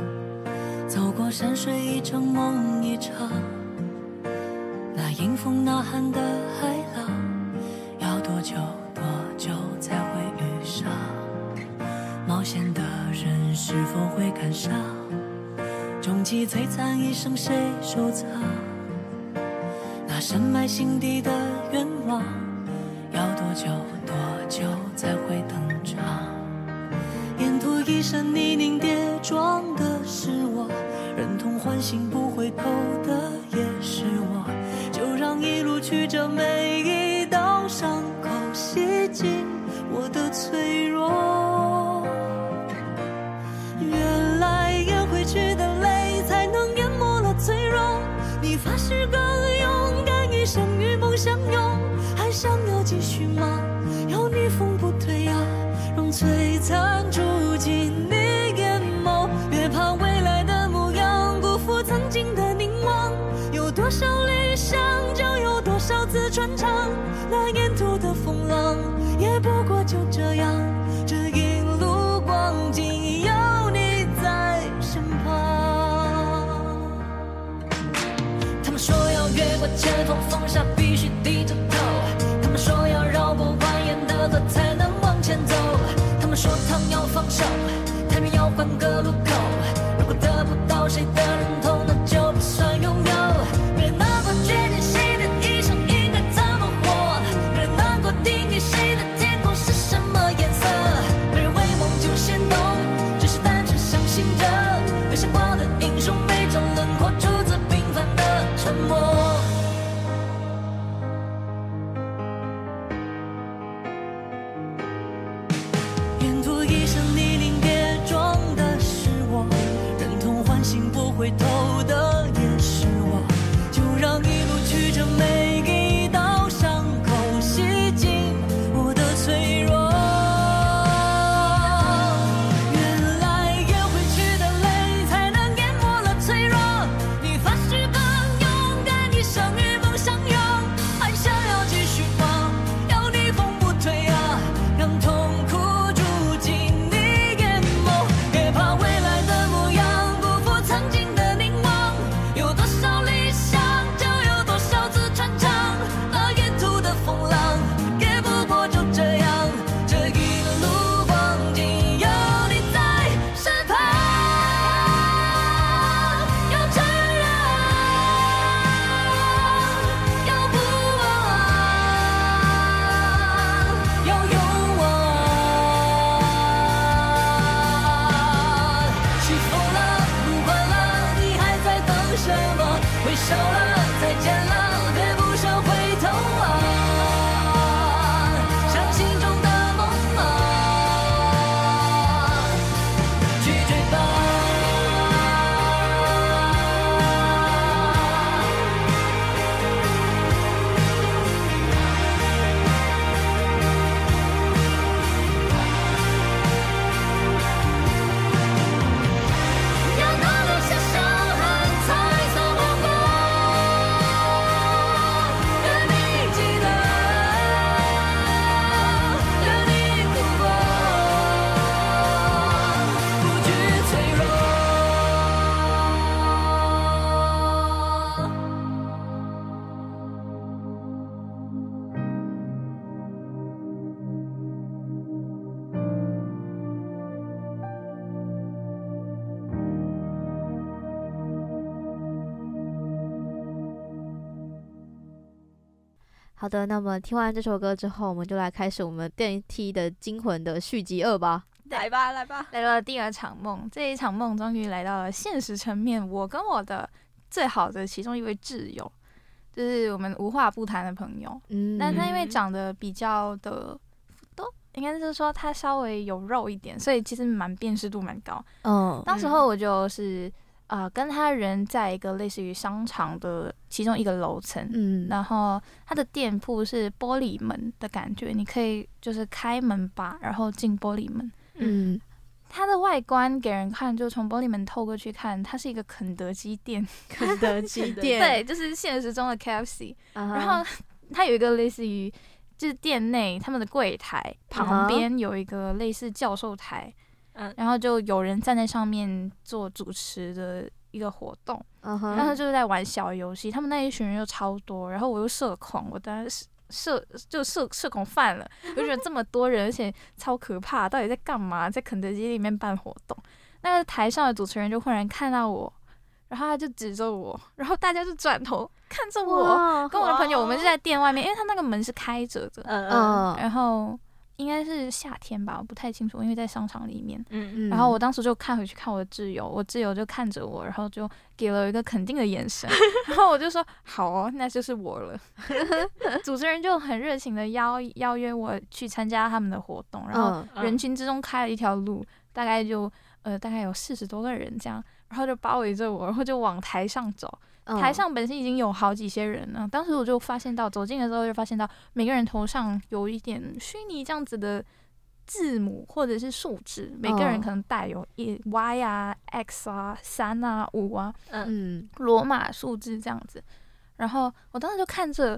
E: 走过山水一程，梦一场。那迎风呐喊的海浪，要多久多久才会遇上？冒险的人是否会感伤？终其璀璨一生，谁收藏？那深埋心底的愿望，要多久多久才会登场？沿途一身泥泞跌撞的是我，忍痛唤醒不回头的也是我。就让一路曲折每一道伤口洗净我的脆相拥，还想要继续吗？要你风不退呀、让璀璨住进你眼眸。别怕未来的模样辜负曾经的凝望，有多少理想就有多少次穿插，那沿途的风浪也不过就这样，这一路光景有你在身旁。他们说要越过前方风沙，必须低着头；他们说要绕过蜿蜒的河才能往前走；他们说糖要放手，太远要换个路口。如果得不到谁的认同，那就不算拥有。别难过，决定谁的一生应该怎么活；别难过，定义谁的天空是什么颜色。没人为梦就先懂，只是单纯相信着，被闪光的英雄，每种轮廓出自平凡的沉默。沿途一身泥泞，别装的是我；忍痛唤醒不回头的也是我。就让一路曲折，每一道伤口洗净我的脆弱。原来咽回去的泪，才能淹没了脆弱。你发誓吧，勇敢一生与梦相拥，还想要继续吗？要你风不退啊，让痛苦住进你眼眸。别怕未来的模样辜负曾经的凝望，有多少理想就有多少次穿插，而沿途的风浪也不过就这样，这一路光景有你在身旁。要承认，要不忘，要勇往。起风了，不管了，你还在等什么？挥手了，再见了，别不想回头望，向心中的梦啊，去追吧。要哪留下伤痕才算活过？愿你记得，愿你哭过，不惧脆弱。
A: 好的，那么听完这首歌之后，我们就来开始我们电梯的惊魂的续集二吧。
B: 来吧，来吧，
C: 来了第二场梦，这一场梦终于来到了现实层面。我跟我的最好的其中一位挚友，就是我们无话不谈的朋友，
A: 嗯，
C: 但他因为
B: 嗯
C: 长得比较的都应该是说他稍微有肉一点，所以其实蛮辨识度蛮高。
A: 嗯
C: 当时候我就是呃跟他人在一个类似于商场的其中一个楼层，
A: 嗯
C: 然后它的店铺是玻璃门的感觉，你可以就是开门吧，然后进玻璃门。
A: 嗯
C: 它的外观给人看，就从玻璃门透过去看，它是一个肯德基店，
A: 肯德基店，
C: 对，就是现实中的 KFC。
A: 啊哈，
C: 然后它有一个类似于，就是店内他们的柜台
A: 啊
C: 旁
A: 哈
C: 边有一个类似教授台，
B: 嗯
C: 然后就有人站在上面做主持的一个活动，
A: 嗯
C: 然后
A: 哼，
C: 就是在玩小游戏，他们那一群人又超多，然后我又社恐，我当时社就社社恐犯了，我就觉得这么多人，而且超可怕，到底在干嘛？在肯德基里面办活动，那个台上的主持人就忽然看到我，然后他就指着我，然后大家就转头看着我，
A: 哇，
C: 跟我的朋友，
B: 哇
C: 我们就在店外面，因为他那个门是开着的，
B: 嗯
A: 嗯
C: 然后应该是夏天吧，我不太清楚，因为在商场里面。
A: 嗯，
B: 嗯，
C: 然后我当时就看回去看我的挚友，我挚友就看着我，然后就给了我一个肯定的 眼神，然后我就说好哦，那就是我了。主持人就很热情的邀邀约我去参加他们的活动，然后
A: 嗯
C: 人群之中开了一条路，大概就呃大概有四十多个人这样，然后就包围着我，然后就往台上走。
A: 嗯
C: 台上本身已经有好几些人了，当时我就发现到走近的时候就发现到每个人头上有一点虚拟这样子的字母或者是数字，每个人
A: 嗯
C: 可能带有一 Y 啊、X 啊、三啊、五啊
A: 嗯
C: 罗马数字这样子。然后我当时就看着，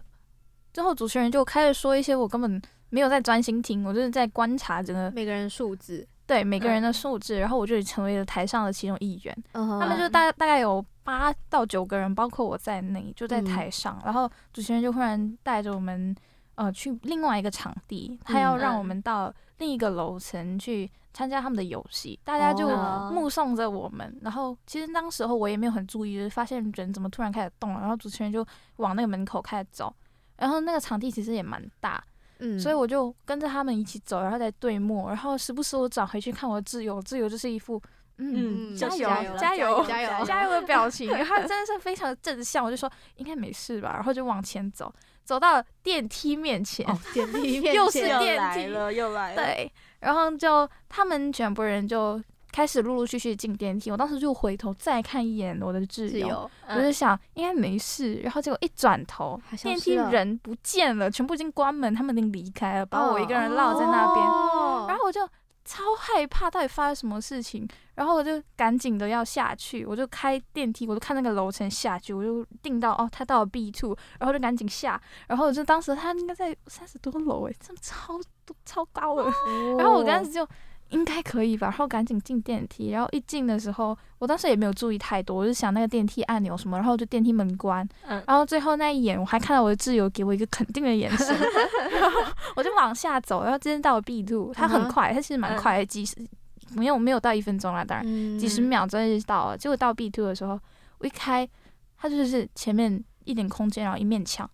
C: 之后主持人就开始说一些我根本没有在专心听，我就是在观察整个
A: 每个人数字，
C: 对每个人的数字，然后我就成为了台上的其中一员。
A: 他
C: 他们就大大概有八到九个人，包括我在内，就
A: 嗯
C: 在台上。然后主持人就忽然带着我们呃去另外一个场地，他
A: 嗯
C: 要让我们到另一个楼层去参加他们的游戏，大家就
A: 哦
C: 目送着我们。然后其实当时候我也没有很注意，就是发现人怎么突然开始动了，然后主持人就往那个门口开始走。然后那个场地其实也蛮大，
A: 嗯
C: 所以我就跟着他们一起走，然后在对幕，然后时不时我转回去看我的挚友，挚友就是一副嗯
A: 嗯
C: 加油
A: 加油
C: 加油
A: 加油
C: 加油的表情，他真的是非常的正向。我就说应该没事吧，然后就往前走，走到电梯面前，
A: 点一 片
C: 又是
A: 线
C: 电梯
B: 来了，又来了。
C: 对，然后就他们全部人就开始陆陆续续进电梯。我当时就回头再看一眼我的挚
A: 自
C: 友，嗯
A: 由，
C: 我就想应该没事，然后结果一转头
A: 他，消
C: 电
A: 失
C: 梯
A: 了
C: 人不见了，全部已经关门，他们已经离开了，把我一个人落在那边。
A: 哦
C: 然后我就超害怕，到底发生什么事情？然后我就赶紧的要下去，我就开电梯，我就看那个楼层下去，我就定到哦，他到了 B two，然后就赶紧下。然后我就当时他应该在三十多楼诶，真的超多超高了。 然后我当时就。应该可以吧，然后赶紧进电梯，然后一进的时候，我当时也没有注意太多，我就想那个电梯按钮什么，然后就电梯门关，
B: 嗯
C: 然后最后那一眼我还看到我的挚友给我一个肯定 的眼神，然后我就往下走，然后真的到了 B two，它
A: 嗯
C: 很
A: 哼
C: 快，它其实蛮快的，几十没有没有到一分钟啦，当然
A: 嗯
C: 几十秒之内就到了。结果到 B two 的时候，我一开，它就是前面一点空间，然后一面墙，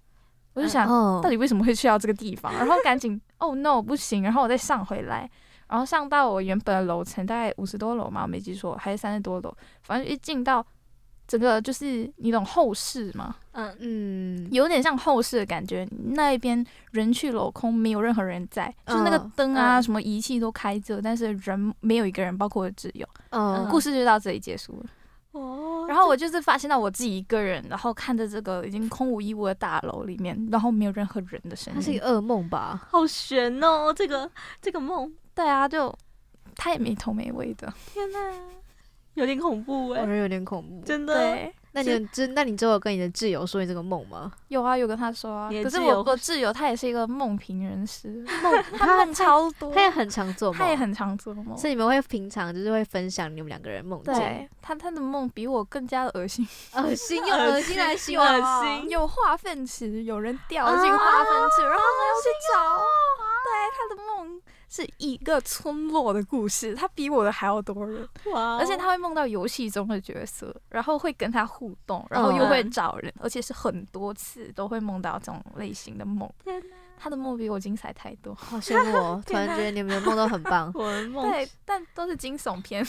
C: 我就想
A: 哦
C: 到底为什么会去到这个地方，然后赶紧 哦 no 不行，然后我再上回来，然后上到我原本的楼层，大概五十多楼嘛，我没记错，还是三十多楼，反正一进到整个就是你懂后室嘛，
B: 嗯，
A: 嗯
C: 有点像后室的感觉，那一边人去楼空，没有任何人在，
A: 嗯
C: 就是那个灯啊、
B: 嗯
C: 什么仪器都开着，但是人没有一个人，包括我的挚友。
A: 嗯
C: 故事就到这里结束了。
B: 哦
C: 然后我就是发现到我自己一个人，然后看着这个已经空无一物的大楼里面，然后没有任何人的声
A: 它是一
C: 音。
A: 个噩梦吧？
B: 好悬哦，这个这个梦，
C: 对啊，就太没头没 尾的。
B: 天哪，有点恐怖
A: 我觉
B: 哎，
A: 得有点恐怖。
B: 真的。
C: 对，
A: 那你有知那你之后有跟你的挚友说你这个梦吗？
C: 有啊，有跟他说啊。
B: 你的
C: 可是
B: 挚
C: 我
B: 友
C: 我挚友他也是一个梦评人士，梦 他梦超多，
A: 他也很常做梦，
C: 他也很常做梦。
A: 是你们会平常就是会分享你们两个人梦见，
C: 对他他的梦比我更加恶心。
A: 恶心用恶心来形容，
B: 恶心
C: 有化粪池，有人掉进化粪
B: 啊
C: 池，然后还要去找。
B: 哦
C: 对，他的梦是一个村落的故事，他比我的还要多人，
B: 哇哦！
C: 而且他会梦到游戏中的角色，然后会跟他互动，然后又
B: 嗯
C: 会找人，而且是很多次都会梦到这种类型的梦
B: 天。。
C: 他的梦比我精彩太多，
A: 好羡慕 哦！突然觉得你们的梦都很棒
B: 我的梦
C: 对，但都是惊悚 片，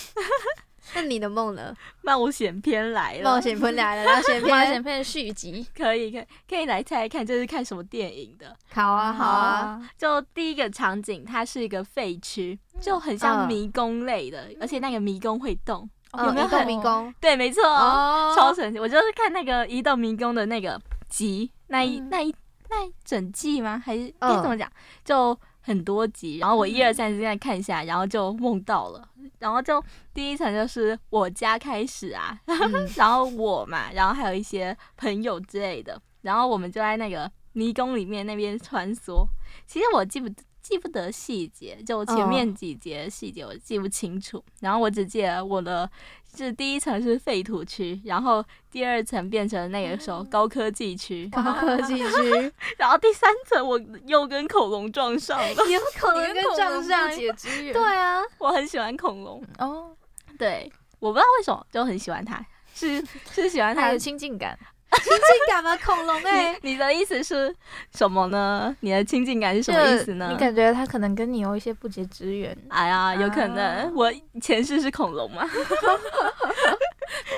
A: 那你的梦呢？
B: 冒险篇来了，
A: 冒险分来了，然后选
C: 啊冒
A: 片
C: 险片的续 集。
B: 可以可以可以来猜猜看，这是看什么电影的？
A: 好啊好啊，，
B: 就第一个场景，它是一个废区，就很
A: 嗯
B: 像迷宫类的，而且那个迷宫会动。
C: 啊
A: 嗯，移动迷 宫
B: 对，没错，
A: 哦
B: 超神奇！我就是看那个《移动迷宫》的那个集，那一、
C: 嗯
B: 那一那一整季吗？还是应
A: 嗯
B: 该怎么讲？就很多集，然后我一二三四这样看一下，然后就梦到了，然后就第一层就是我家开始啊，
A: 嗯
B: 然后我嘛，然后还有一些朋友之类的，然后我们就在那个迷宫里面那边穿梭。其实我记不记不得细节，就
C: 嗯
B: 前面几节细节我记不清楚，然后我只记得我的是第一层是废土区，然后第二层变成那个时候高科技区，
C: 哦
A: 高
C: 啊
A: 科技区，
B: 然后第三层我又跟恐龙撞上 了，
A: 有可能跟撞上，
C: 解之缘。
A: 对啊，
B: 我很喜欢恐龙，
C: 哦，
B: 对，我不知道为什么就很喜欢它，是是喜欢它
C: 他有
B: 的
C: 亲近感。
A: 亲近感吗？恐 龙哎，
B: 你你的意思是什么呢？你的亲近感是什么意思呢
C: 你？感觉他可能跟你有一些不解之缘，
B: 哎呀，有可
C: 啊
B: 能我前世是恐龙嘛？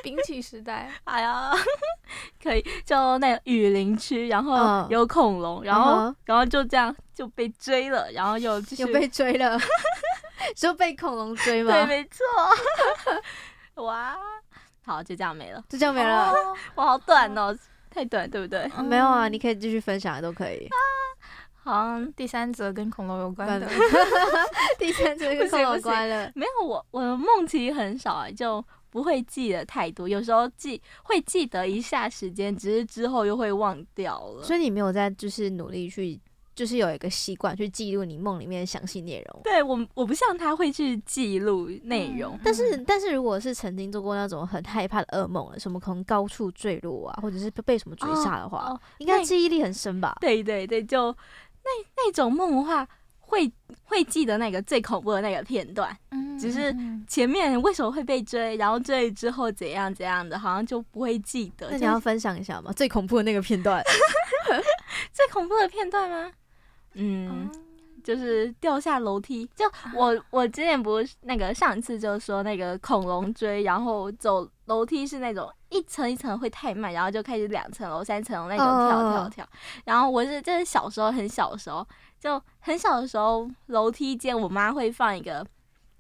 C: 冰期时代，
B: 哎呀， 可以，就那个雨林区，然后
A: 嗯
B: 有恐龙，然后、
A: 嗯哼
B: 然后就这样就被追了，然后又继续
A: 又 被追 了，说被恐龙追吗
B: 对，？没错，哇，好，就这样没了。
A: 就这样没了。
B: 我好短哦，太短，对不对？
C: 哦
A: 没有啊，你可以继续分享，也都可以。
B: 好像
C: 第三则跟恐龙有关
A: 关
C: 的
A: 了， 第三次跟恐龙关了。
B: 没有我，我的梦其实很少啊，就不会记得太多。有时候记会记得一下时间，只是之后又会忘掉了。
A: 所以你没有在就是努力去，就是有一个习惯去记录你梦里面的详细内容。
B: 对我，我不像他会去记录内容。
A: 但是，
C: 嗯
A: 但是如果是曾经做过那种很害怕的噩梦了，什么从高处坠落啊，或者是被被什么追杀的话，
B: 哦
A: 应该
B: 那
A: 记忆力很深吧？
B: 对对对，就那那种梦的话，会会记得那个最恐怖的那个片段，
C: 嗯
B: 只是前面为什么会被追，然后追之后怎样怎样的，好像就不会记得。
A: 那你
B: 就
A: 要
B: 是
A: 分享一下吗？ 最恐怖的那个片 段，
B: 最恐怖的片段吗？
A: 哦
B: 嗯，就是掉下楼梯。就我我之前不是那个上一次就说那个恐龙追，然后走楼梯是那种一层一层会太慢，然后就开始两层楼、三层楼那种跳跳跳。然后我是这是小时候很小的时候，就很小的时候楼梯间我妈会放一个。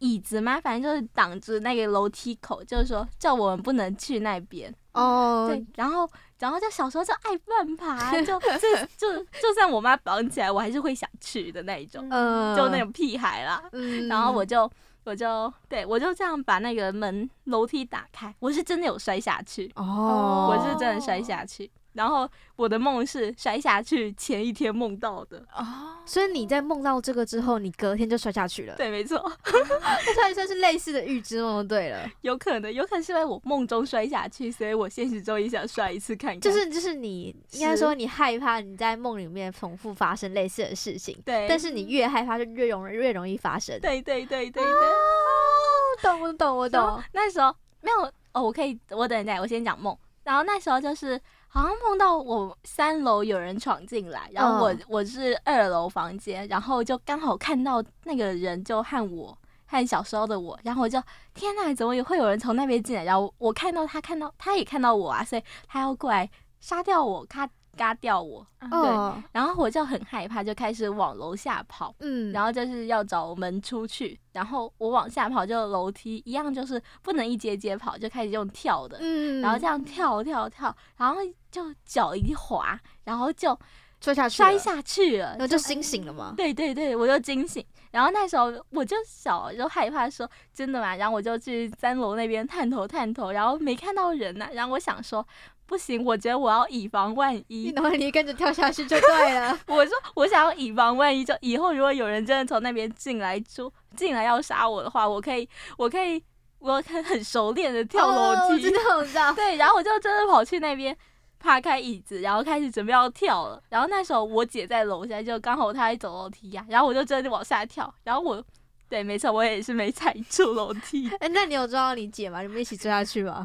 B: 椅子嘛，反正就是挡住那个楼梯口，就是说叫我们不能去那边。
A: 哦
B: 对，然后然后就小时候就爱乱爬，就就就就算我妈绑起来，我还是会想去的那一种，
A: 呃
B: 嗯就那种屁孩啦。
A: 嗯
B: 然后我就我就对我就这样把那个门楼梯打开，我是真的有摔下去，
A: 哦，
B: 我是真的摔下去。然后我的梦是摔下去前一天梦到的，
C: 哦
B: 哦
A: 所以你在梦到这个之后，你隔天就摔下去了，
B: 对，没错，
A: 那算算是类似的预知梦，对了，
B: 有可能有可能是因为我梦中摔下去，所以我现实中也想摔一次看看。
A: 就是就是你应该
B: 是
A: 说你害怕你在梦里面重复发生类似的事情，
B: 对，
A: 但是你越害怕就越容越容易发生。
B: 对对对对对。
A: 懂我懂我
B: 然后。那时候没有哦，我可以，我等一下，我先讲梦。然后那时候就是好像梦到我三楼有人闯进来，然后我、
A: 嗯
B: 我是二楼房间，然后就刚好看到那个人就和我。和小时候的我，然后我就天哪，怎么也会有人从那边进来？然后我看到他，看到他也看到我啊，所以他要过来杀掉我，咔嘎掉我。
A: 哦，
B: 然后我就很害怕，就开始往楼下跑。
A: 嗯，
B: 然
A: 后
B: 后就是要找门出去，然后我往下跑就楼梯一样，就是不能一节节跑，就开始用跳的，
A: 嗯
B: 然后这样跳跳跳，然后就脚一滑，然后就
A: 摔下去了，
B: 摔下去了
A: 然。后就惊醒了嘛。
B: 对对对，我就惊醒，然后那时候我就小，就害怕说真的吗？然后我就去三楼那边探头探头，然后没看到人呐、然后我想说不行，我觉得我要以防万一，
A: 然后你跟着跳下去就对了。
B: 我说我想要以防万一，就以后如果有人真的从那边进来出进来要杀我的话，我可以，我可以，我可以很熟练的 跳
A: 哦
B: 楼
A: 我
B: 梯。
A: 知道我知道。
B: 对，然后我就真的跑去那边，趴开椅子，然后开始准备要跳了。然后那时候我姐在楼下，就刚好她在走楼梯呀、然后我就真的往下跳，然后我，对，没错，我也是没踩住楼梯，
A: 哎，那你有抓到你姐吗？你们一起追下去吗？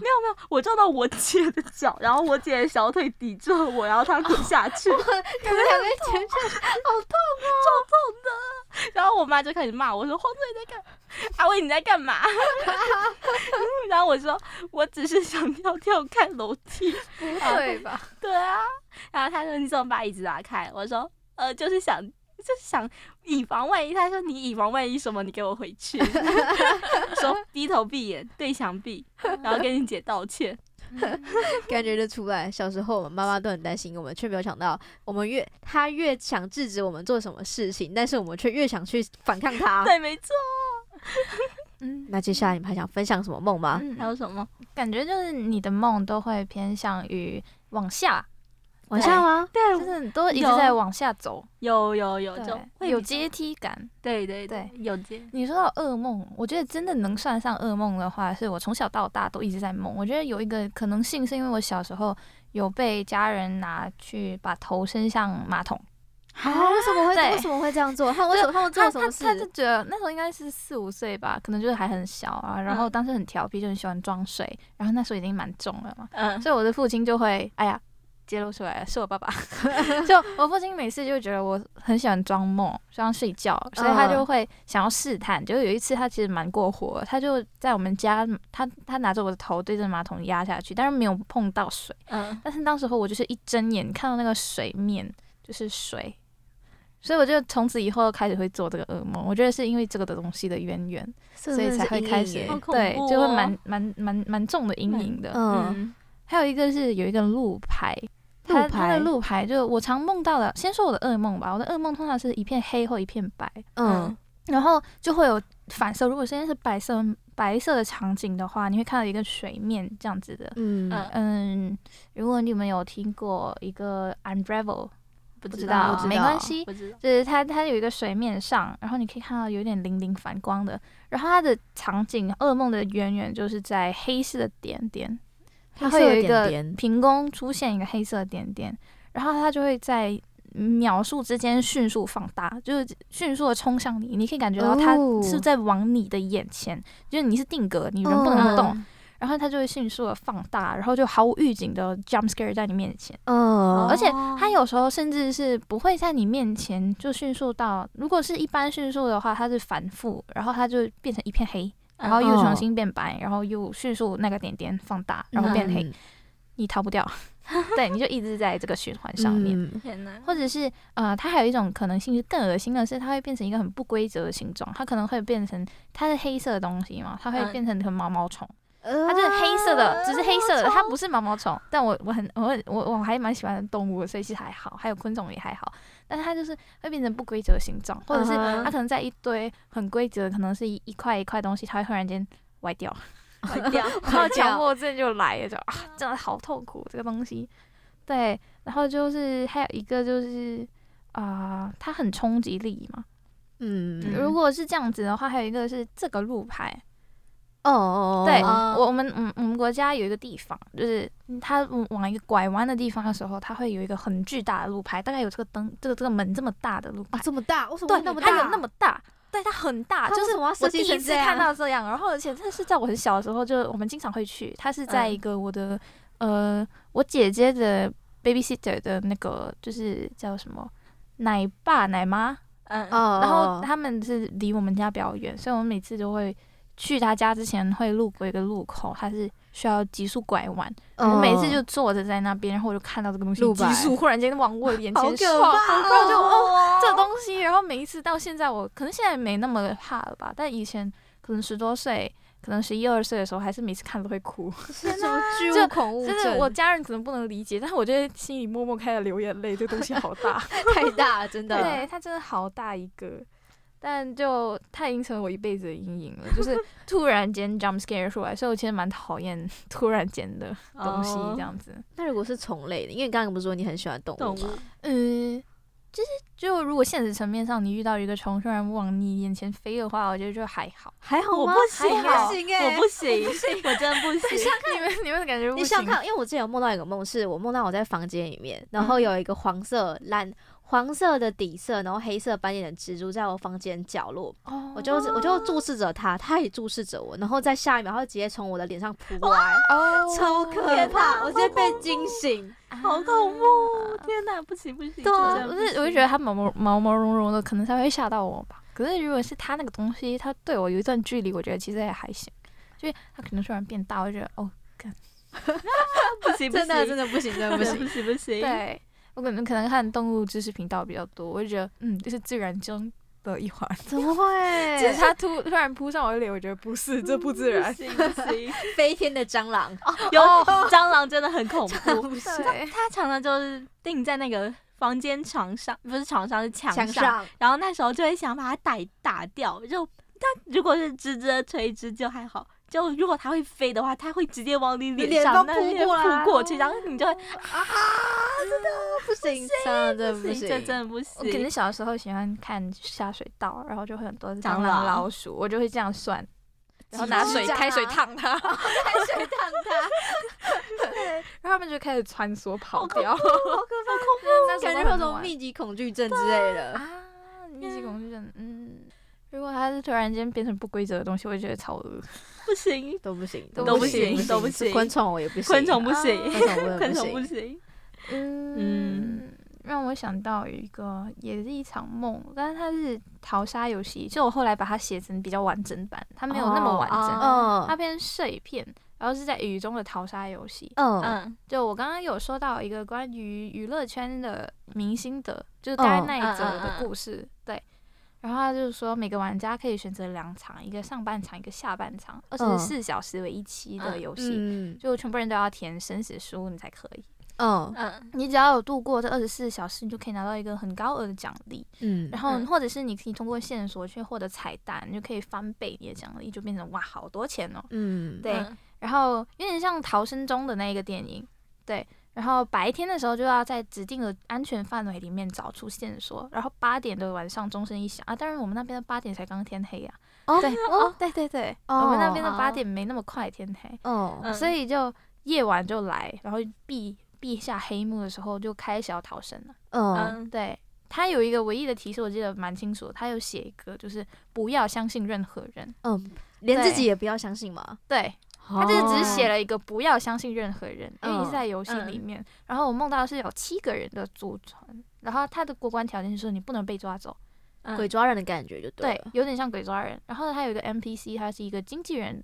B: 我撞到我姐的脚，然后我姐的小腿抵住了我，然后她滚下去。
A: 你 们两个一起追下去，好痛！
B: 然后我妈就开始骂我说：“黄总你在干？阿威你在干嘛？” 然后我说：“我只是想要跳看楼梯。
C: 不对吧？”
B: 对啊，然后她说：“你怎么把椅子拿开？”我说：“呃，就是想，就是想以防万一。”她说：“你以防万一什么？你给我回 去。”说低头闭眼对墙壁，然后跟你姐道歉。
A: 感觉得出来，小时候我们妈妈都很担心我们，却没有想到我们越她越想制止我们做什么事情，但是我们却越想去反抗 她。
B: 对，没错。
C: 嗯，
A: 那接下来你们还想分享什么梦吗？
B: 还有什么？
C: 感觉就是你的梦都会偏向于往下，
A: 往下吗？
B: 对，
C: 就是都一直在往下走，
B: 有有有，就
C: 对，
B: 会
C: 有
B: 比较
C: 阶梯感。
B: 对对
C: 对，
B: 有接。
C: 你说到噩梦，我觉得真的能算上噩梦的话，是我从小到大都一直在梦。我觉得有一个可能性，是因为我小时候有被家人拿去把头伸向马桶。
A: 啊，为什么会
C: 对
A: 为什么会这样做？他为什么他们做
C: 他
A: 了什
C: 他
A: 么
C: 他就
A: 事？
C: 觉得那时候应该是四五岁吧，可能就是还很小啊，然
A: 嗯
C: 后当时很调皮，就很喜欢装睡，然后那时候已经蛮重了嘛，
B: 嗯，
C: 所以我的父亲就会，哎呀，揭露出来了，是我爸 爸。就我父亲每次就觉得我很喜欢装梦，喜欢睡觉，所以他
A: 嗯
C: 就会想要试探。就有一次他其实蛮过火的，他就在我们家，他他拿着我的头对着马桶压下去，但是没有碰到水。
B: 嗯，
C: 但是当时候我就是一睁眼看到那个水面就是水，所以我就从此以后开始会做这个噩梦。我觉得是因为这个的东西的渊源，
A: 所
C: 所以才会开始、
B: 好恐
C: 对，
B: 怖
C: 就会
B: 哦
C: 蛮蛮蛮蛮重的阴影的。
A: 嗯，
B: 嗯，
C: 还有一个是有一个路牌，它
A: 路
C: 它的
A: 牌
C: 路牌就是我常梦到的。先说我的噩梦吧，我的噩梦通常是一片黑或一片白，
A: 嗯
C: 然后就会有反射。如果现在是白色白色的场景的话，你会看到一个水面这样子的。
A: 嗯，
C: 嗯，如果你们有听过一个 Unravel，不
B: 不知
C: 知
B: 道，啊
C: 道
A: 不知
C: 没
A: 道
C: 关系，
B: 不知道，
C: 就是它它有一个水面上，然后你可以看到有点零零反光的，然后它的场景噩梦的渊源就是在黑色的点点，它会有一
A: 黑色的
C: 个
A: 点点
C: 凭空出现一个黑色的点点，然后它就会在。秒数之间迅速放大，就是迅速的冲向你，你可以感觉到它
A: 哦
C: 是在往你的眼前就是你是定格，你人不能动，
A: 嗯
C: 然后它就会迅速的放大，然后就毫无预警的 jump scare 在你面前。
A: 嗯，
C: 而且它有时候甚至是不会在你面前就迅速到，如果是一般迅速的话，它是反复，然后它就变成一片黑，
A: 嗯
C: 然后又
A: 哦
C: 重新变白，然后又迅速那个点点放大，然后变黑，
A: 嗯
C: 你逃不掉。 对，你就一直在这个循环上面。
A: 嗯
B: 天哪，
C: 或者是呃，它还有一种可能性是更恶心的是，它会变成一个很不规则的形状，它可能会变成它是黑色的东西嘛，它会
B: 嗯
C: 变成很毛毛虫。
A: 呃
C: 它就是黑色的，只是黑色的，它不是毛毛虫。但我我很我很我我还蛮喜欢动物的，所以其实还好，还有昆虫也还好。但是它就是会变成不规则的形状，或者是
A: 嗯哼
C: 它可能在一堆很规则，可能是一一块一块东西，它会突然间歪掉，
B: 坏掉，
A: 嗯
C: 然后强迫症就来了，就啊，真的好痛苦这个东西。对，然后就是还有一个就是啊、它很冲击力嘛。
A: 嗯，
B: 嗯
C: 如果是这样子的话，还有一个是这个路牌，
A: 哦哦，哦
C: 对，
B: 哦
C: 我我们嗯我们国家有一个地方，就是嗯它往一个拐弯的地方的时候，它会有一个很巨大的路牌，大概有这个灯这个这个门这么大的路牌，
A: 哦这么大，为什么
C: 对，
A: 会那么
C: 它有
A: 大？
C: 那么大，对，它很大，
F: 它
C: 就
F: 为
C: 是
F: 什么要设
C: 我第
F: 计
C: 一
F: 成
C: 次
F: 这样
C: 看到这样，然后而且这是在我很小的时候，就我们经常会去，它是
F: 嗯
C: 在一个我的、呃我姐姐的 babysitter 的那个就是叫什么奶爸奶妈。
B: 嗯，
A: 哦，
C: 然后他们是离我们家比较远，所以我们每次都会去他家之前会路过一个路口，它是需要急速拐弯。
A: 哦
C: 我每次就坐着在那边，然后我就看到这个东西
A: 路
C: 急
A: 牌
C: 速忽然间往我眼
A: 好
C: 前
A: 可
C: 撞， 然后我就哦这东西，然后每一次到现在我可能现在没那么怕了吧，但以前可能十多岁。可能十一二岁的时候，还是每次看都会哭，
F: 是什么巨
C: 就
F: 物恐怖
C: 就
F: 症？
C: 是我家人可能不能理解，但是我就在心里默默开始流眼泪，这东西好大。
F: 太大了，真的。
C: 对，它真的好大一个，但就它已经成为我一辈子的阴影了，就是突然间 jump scare 出来，所以我其实蛮讨厌突然间的东西
B: 哦
C: 这样子。
F: 那如果是虫类的，因为你刚刚不是说你很喜欢动
B: 动
F: 物吗？
B: 物，
C: 嗯，就是就如果现实层面上你遇到一个虫突然往你眼前飞的话，我觉得就还好。
F: 还好
B: 我
F: 吗
B: 不？行
F: 还
B: 欸，
F: 好。
B: 我不行，我真 不行，
C: 你们你们感觉不
F: 你想
C: 行？
F: 看，因为我之前有梦到一个梦，是我梦到我在房间里面，然后有一个黄色蓝黄色的底色，然后黑色斑点的蜘蛛在我房间角落，
C: 哦
F: 我就我就注视着它，它也注视着我，然后在下一秒，它就直接从我的脸上扑过来，
C: 哦
F: 超可怕，我直接被惊醒。
B: 好恐怖！哦天哪，不行不行，
F: 对啊
B: 真
C: 啊我
B: 的
C: 是
B: 不
C: 我就
B: 行
C: 觉得它毛毛毛毛茸茸的，可能才会吓到我吧。可是如果是它那个东西，它对我有一段距离，我觉得其实也还行。就是它可能突然变大，我就觉得哦，
B: 不行，不
F: 真的真
B: 的
F: 的不行，真的不行。
B: 不行不行，
C: 对我可能可能看动物知识频道比较多，我就觉得嗯，这是自然中的一环。
F: 怎么会
C: 只是它突突然扑上我的脸，我觉得 不是，这不自然
B: 不。行不行，
F: 飞天的蟑螂，
B: 有蟑螂真的很恐怖，
C: 对，
B: 它常常就是定在那个房间床上，不是床上是墙
F: 墙
B: 上，
F: 上
B: 然后那时候就会想把它打打掉，就它如果是直直的垂直就还好。就如果它会飞的话，它会直接往你
F: 脸
B: 上
F: 上
B: 那
F: 扑
B: 边
F: 过来
B: 扑过去，然后你就会
F: 不行，真的不
B: 这
F: 行，
B: 真的不
C: 我可能
B: 行。
C: 小时候喜欢看下水道，然后就会很多
B: 蟑
C: 蟑
B: 螂
C: 螂、老鼠，我就会这样算，然后
F: 几
C: 拿
F: 只
C: 水
F: 蟑
C: 开水
F: 螂
C: 烫它，
F: 开水烫它。
C: 然后它们就开始穿梭跑掉，
F: 那感觉有种密集恐惧症之类的。
C: 啊，密集恐惧症，嗯。如果它是突然间变成不规则的东西，我会觉得超恶。
B: 不行，
F: 都不行，
C: 都
B: 不行都不行
F: 昆虫我也不行，
B: 昆虫不行，
F: 啊
B: 昆虫
F: 昆虫我也不行
B: 不行。
C: 嗯，让我想到有一个也是一场梦，但是它是淘沙游戏，就我后来把它写成比较完整版，它没有那么完整，
B: 哦
C: 它
F: 嗯，
C: 变成碎片。然后是在雨中的淘沙游戏。
A: 嗯
B: 嗯，
C: 就我刚刚有说到一个关于娱乐圈的明星的，就是大
B: 哦
C: 概那一则
B: 嗯
C: 的故事，对。然后他就是说，每个玩家可以选择两场，一个上半场，一个下半场，二
A: 嗯
C: 十四小时为一期的
B: 嗯
C: 游戏，
F: 嗯
C: 就全部人都要填生死书，你才可以。
F: 嗯
B: 嗯
C: 你只要有度过这二十四小时，你就可以拿到一个很高额的奖励。
F: 嗯
C: 然后
B: 嗯
C: 或者是你可以通过线索去获得彩蛋，你就可以翻倍你的奖励，就变成哇好多钱哦。
F: 嗯
C: 对，
B: 嗯
C: 然后有点像《逃生中》的那一个电影，对。然后白天的时候就要在指定的安全范围里面找出线索，然后八点的晚上钟声一响啊，当然我们那边的八点才刚天黑啊，
F: 哦
C: 对
F: 哦
C: 对对对，
F: 哦
C: 我们那边的八
B: 哦
C: 点没那么快天黑，
F: 哦
B: 嗯
C: 所以就夜晚就来，然后避避下黑幕的时候就开始要逃生了。
F: 嗯
B: 嗯
C: 对他有一个唯一的提示，我记得蛮清楚的，他有写一个，就是不要相信任何人。
F: 嗯，连自
C: 对
F: 己也不要相信嘛。哦
C: 对，他
F: 他
C: 就是只是写了一个不要相信任何人，因为你
F: 嗯
C: 是在游戏里面。然后我梦到是有七个人的组成，然后他的过关条件是说你不能被抓走，
B: 嗯
F: 鬼抓人的感觉就
C: 对
F: 了，。
C: 有点像鬼抓人。然后他有一个 NPC，他是一个经纪人，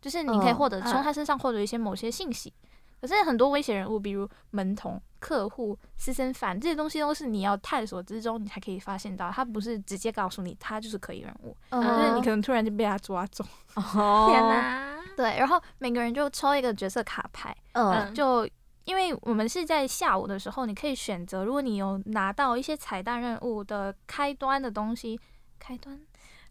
C: 就是你可以
F: 嗯
C: 获得从
B: 嗯
C: 他身上获得一些某些信息。可是很多危险人物，比如门童、客户、私生饭这些东西，都是你要探索之中你才可以发现到，他不是直接告诉你他就是可疑人物，
F: 嗯
C: 就是你可能突然就被他抓走。
F: 哦
B: 天，哪，
C: 对，然后每个人就抽一个角色卡牌，
F: 嗯
B: 嗯
C: 就因为我们是在下午的时候，你可以选择，如果你有拿到一些彩蛋任务的开端的东西，开端，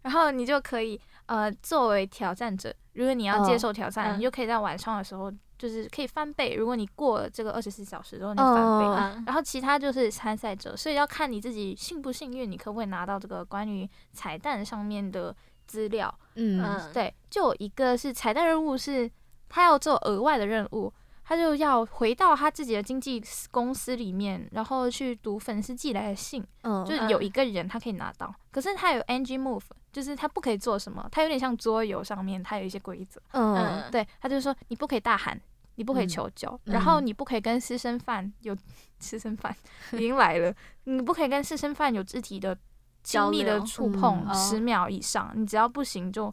C: 然后你就可以呃作为挑战者，如果你要接
F: 嗯
C: 受挑战，
B: 嗯
C: 你就可以在晚上的时候就是可以翻倍，如果你过了这个二十四小时之后，你翻倍。
F: 嗯
B: 嗯
C: 然后其他就是参赛者，所以要看你自己幸不幸运，你可不可以拿到这个关于彩蛋上面的资料。
F: 嗯
B: 嗯，
C: 对，就有一个是彩蛋任务是，他要做额外的任务，他就要回到他自己的经纪公司里面，然后去读粉丝寄来的信，
F: 嗯，
C: 就是有一个人他可以拿到，可是他有 NG move，就是他不可以做什么，他有点像桌游上面他有一些规则，
F: 嗯
C: 对，他就说你不可以大喊。你不可以
F: 嗯
C: 求救，然后你不可以跟私生饭有私生饭 已经来了，你不可以跟私生饭有肢体的亲
B: 交
C: 密的
B: 流
C: 触
F: 嗯
C: 碰
B: 哦
C: 十秒以上，你只要不行就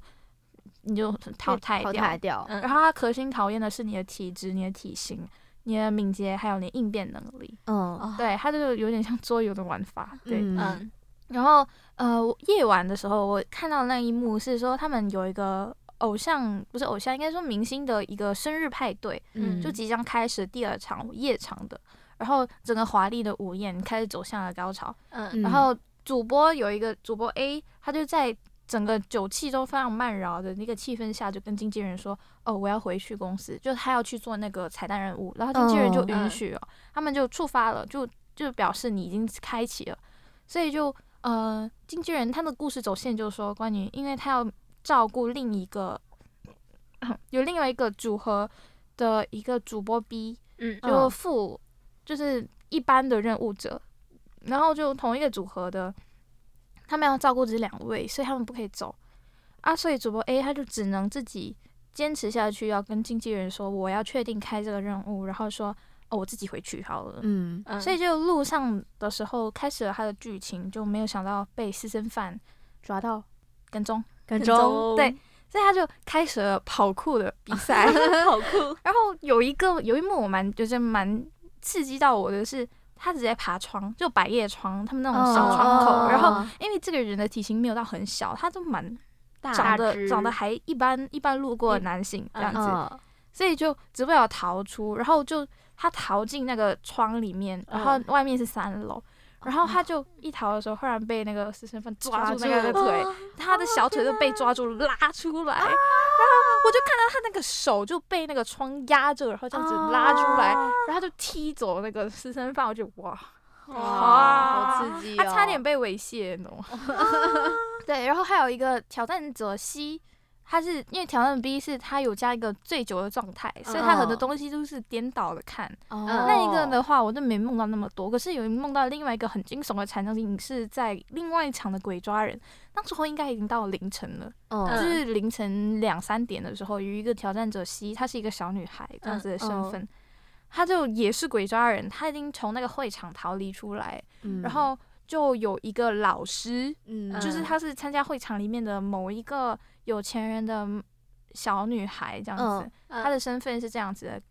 C: 你就淘汰
F: 淘
C: 掉。
F: 汰掉，
B: 嗯
C: 然后它核心考验的是你的体质、你的体型、你的敏捷，还有你的应变能力。
F: 嗯
B: 哦
C: 对，它就有点像桌游的玩法。对，
F: 嗯
B: 嗯
C: 然后呃，我夜晚的时候我看到那一幕是说他们有一个偶像，不是偶像，应该说明星的一个生日派对，
F: 嗯，
C: 就即将开始第二场夜场的，然后整个华丽的午宴开始走向了高潮。
B: 嗯
C: 然后主播有一个主播 A，他就在整个酒气都非常慢饶的那个气氛下，就跟经纪人说：“哦，我要回去公司，就他要去做那个彩蛋任务。”然后经纪人就
F: 哦
C: 允许哦，他们就触发了，就就表示你已经开启了，所以就呃，经纪人他的故事走线就是说，关于因为他要照顾另一个有另外一个组合的一个主播 B，
B: 嗯
C: 就负就是一般的任务者，然后就同一个组合的，他们要照顾这两位，所以他们不可以走啊，所以主播 A 他就只能自己坚持下去，要跟经纪人说我要确定开这个任务，然后说哦我自己回去好了，
F: 嗯
B: 嗯，
C: 所以就路上的时候开始了他的剧情，就没有想到被私生饭抓到跟踪，
F: 感
B: 中
F: 中
C: 对所以他就开始了跑酷的比赛。
B: 嗯 好酷，
C: 然后有一个有一幕我蛮就是蛮刺激到我的是，他直接爬窗，就百叶窗，他们那种小窗口。
F: 哦
C: 然后因为这个人的体型没有到很小，他都蛮
B: 大
C: 长
F: 只
C: 得长得还一般，一般路过的男性这样子，
F: 嗯
C: 所以就只为了逃出，然后就他逃进那个窗里面，然
F: 嗯
C: 后外面是三楼。然后
F: 哦
C: 他就一逃的时候，忽然被那个私生饭抓住那个腿，
F: 啊
C: 他的小腿就被抓住拉出来，然后我就看到他那个手就被那个窗压着，然后这样子拉出来，
F: 啊
C: 然后他就踢走那个私生饭，我就哇，
F: 哇，
C: 哇
F: 好刺激
C: 他
F: 哦，
C: 差点被猥亵，你懂吗？对，然后还有一个挑战者 C，他是因为挑战 B 是他有加一个醉酒的状态，所以他很多
F: 嗯
C: 东西都是颠倒的看。
F: 哦
C: 嗯那一个的话，我就没梦到那么多，可是有梦到另外一个很惊悚的惨场景是在另外一场的鬼抓人，那时候应该已经到凌晨了。就
F: 嗯
C: 是凌晨两三点的时候，有一个挑战者 C，她是一个小女孩这样子的
F: 嗯哦
C: 身份，她就也是鬼抓人，她已经从那个会场逃离出来，
F: 嗯
C: 然后就有一个老师，
F: 嗯
C: 就是他是参加会场里面的某一个有钱人的小女孩这样子，
F: 嗯
C: 她的身份是这样子的，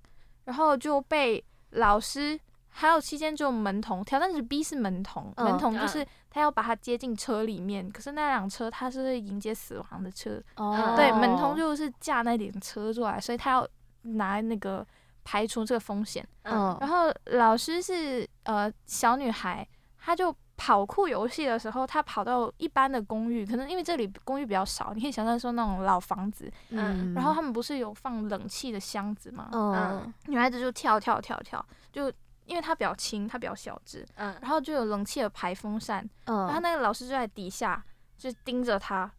C: 然后就被老师还有期间只有门童，挑战者 B 是门童，
F: 嗯
C: 门童就是他要把她接进车里面，可是那辆车它是会迎接死亡的车，
F: 哦
C: 对，门童就是驾那辆车出来，所以他要拿那个排除这个风险。
F: 嗯
C: 然后老师是呃小女孩，她就跑酷游戏的时候，她跑到一般的公寓，可能因为这里公寓比较少，你可以想象说那种老房子，
F: 嗯
C: 然后他们不是有放冷气的箱子吗？
F: 嗯
C: 女孩子就跳跳跳跳，就因为她比较轻，她比较小只，
B: 嗯，
C: 然后就有冷气的排风扇，然后
F: 嗯
C: 那个老师就在底下就盯着她。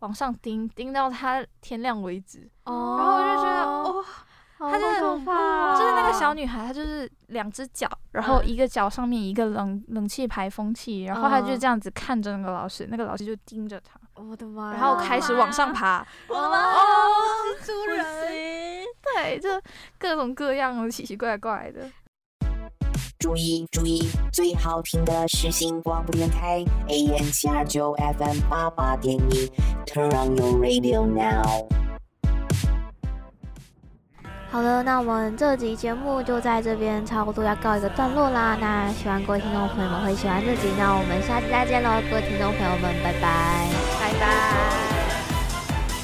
C: 往上盯，盯到她天亮为止，
F: 哦
C: 然后我就觉得，哦，
F: 他
C: 他就是
F: 可怕，
C: 就是那个小女孩，她就是两只脚，然后
B: 哦嗯
C: 一个脚上面一个冷冷气排风器，然后她就
F: 嗯
C: 这样子看着那个老师，那个老师就盯着她，
F: 我的妈呀，
C: 然
A: 哦
C: 后开始往上爬。
B: 我的妈，
C: 哦，
B: 蜘蛛人，
C: 对，就各种各样的奇奇怪怪的。
G: 注意注意，最好听的是星光电台 AM 七二九 FM 八八点一，Turn on your radio now。
A: 好了，那我们这集节目就在这边差不多要告一个段落啦。那希望各位听众朋友们会喜欢这集，那我们下期再见喽，各位听众朋友们，拜拜。
B: 拜拜。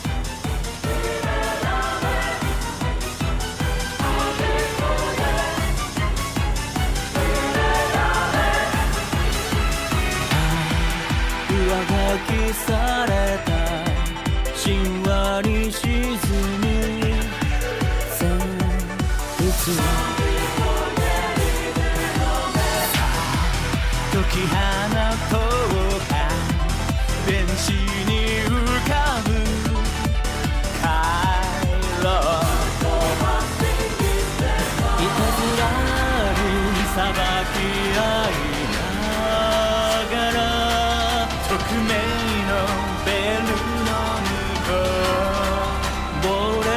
H: 上書きされた神話に沈む戦術解き放とうか電子に浮かぶ回路いたずらに裁き合いながら匿名のベルの向こう亡霊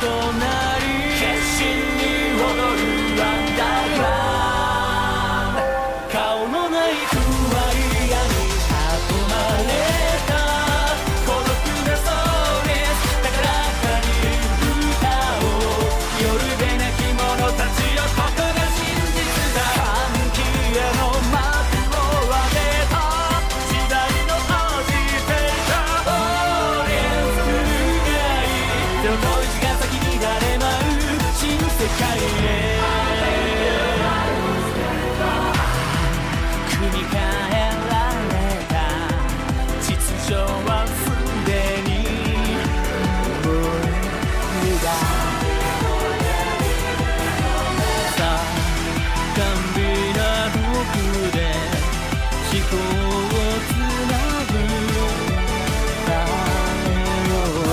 H: となり決心に踊るアンダーグラウンド顔のないクワイヤに囲まれた孤独なソーレス高らかに歌おう夜で泣き者たちよここが真実だ歓喜への幕を上げた時代のアーティフェクトオーレンスがい手の小石が先に誰舞う新世界へ組み替えられた秩序はすでに無理ださ完備な毒で思考をつなぐ太陽夢よ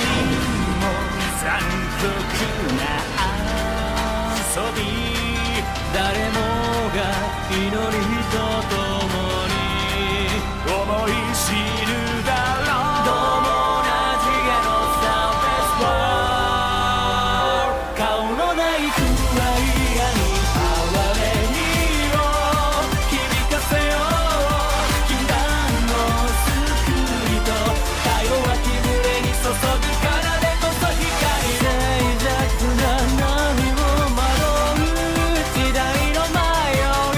H: りも残酷な遊び誰もが祈りとともに思い知るだろうどうも同じ絵のサーフェス顔のない不安やに哀れにを響かせよう禁断の救いと太陽は木暮れに注ぐからでこそ光脆弱な波を惑う時代の迷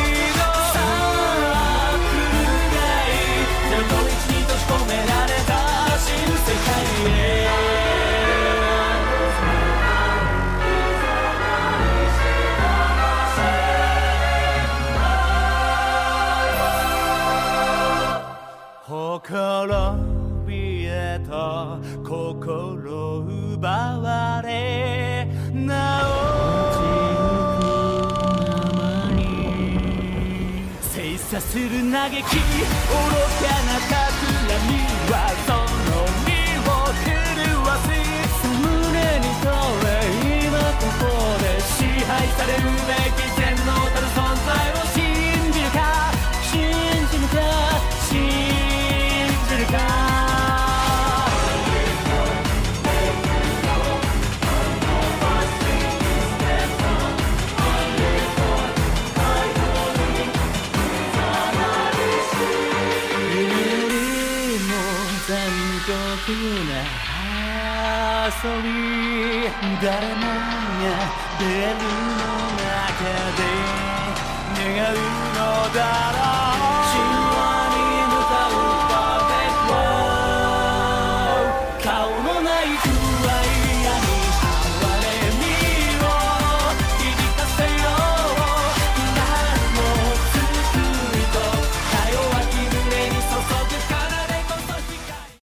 H: いをさあ来るがいゼロと一に閉じ込められた新世界へ心びえと心奪われなお落ちゆくままに精査する嘆き愚かな企みはその身を狂わせ胸にとれ今ここで支配されるべき全能たる存在を信じるか信じるか信じるか夢よりも残そり誰もがベルの中で願うのだろう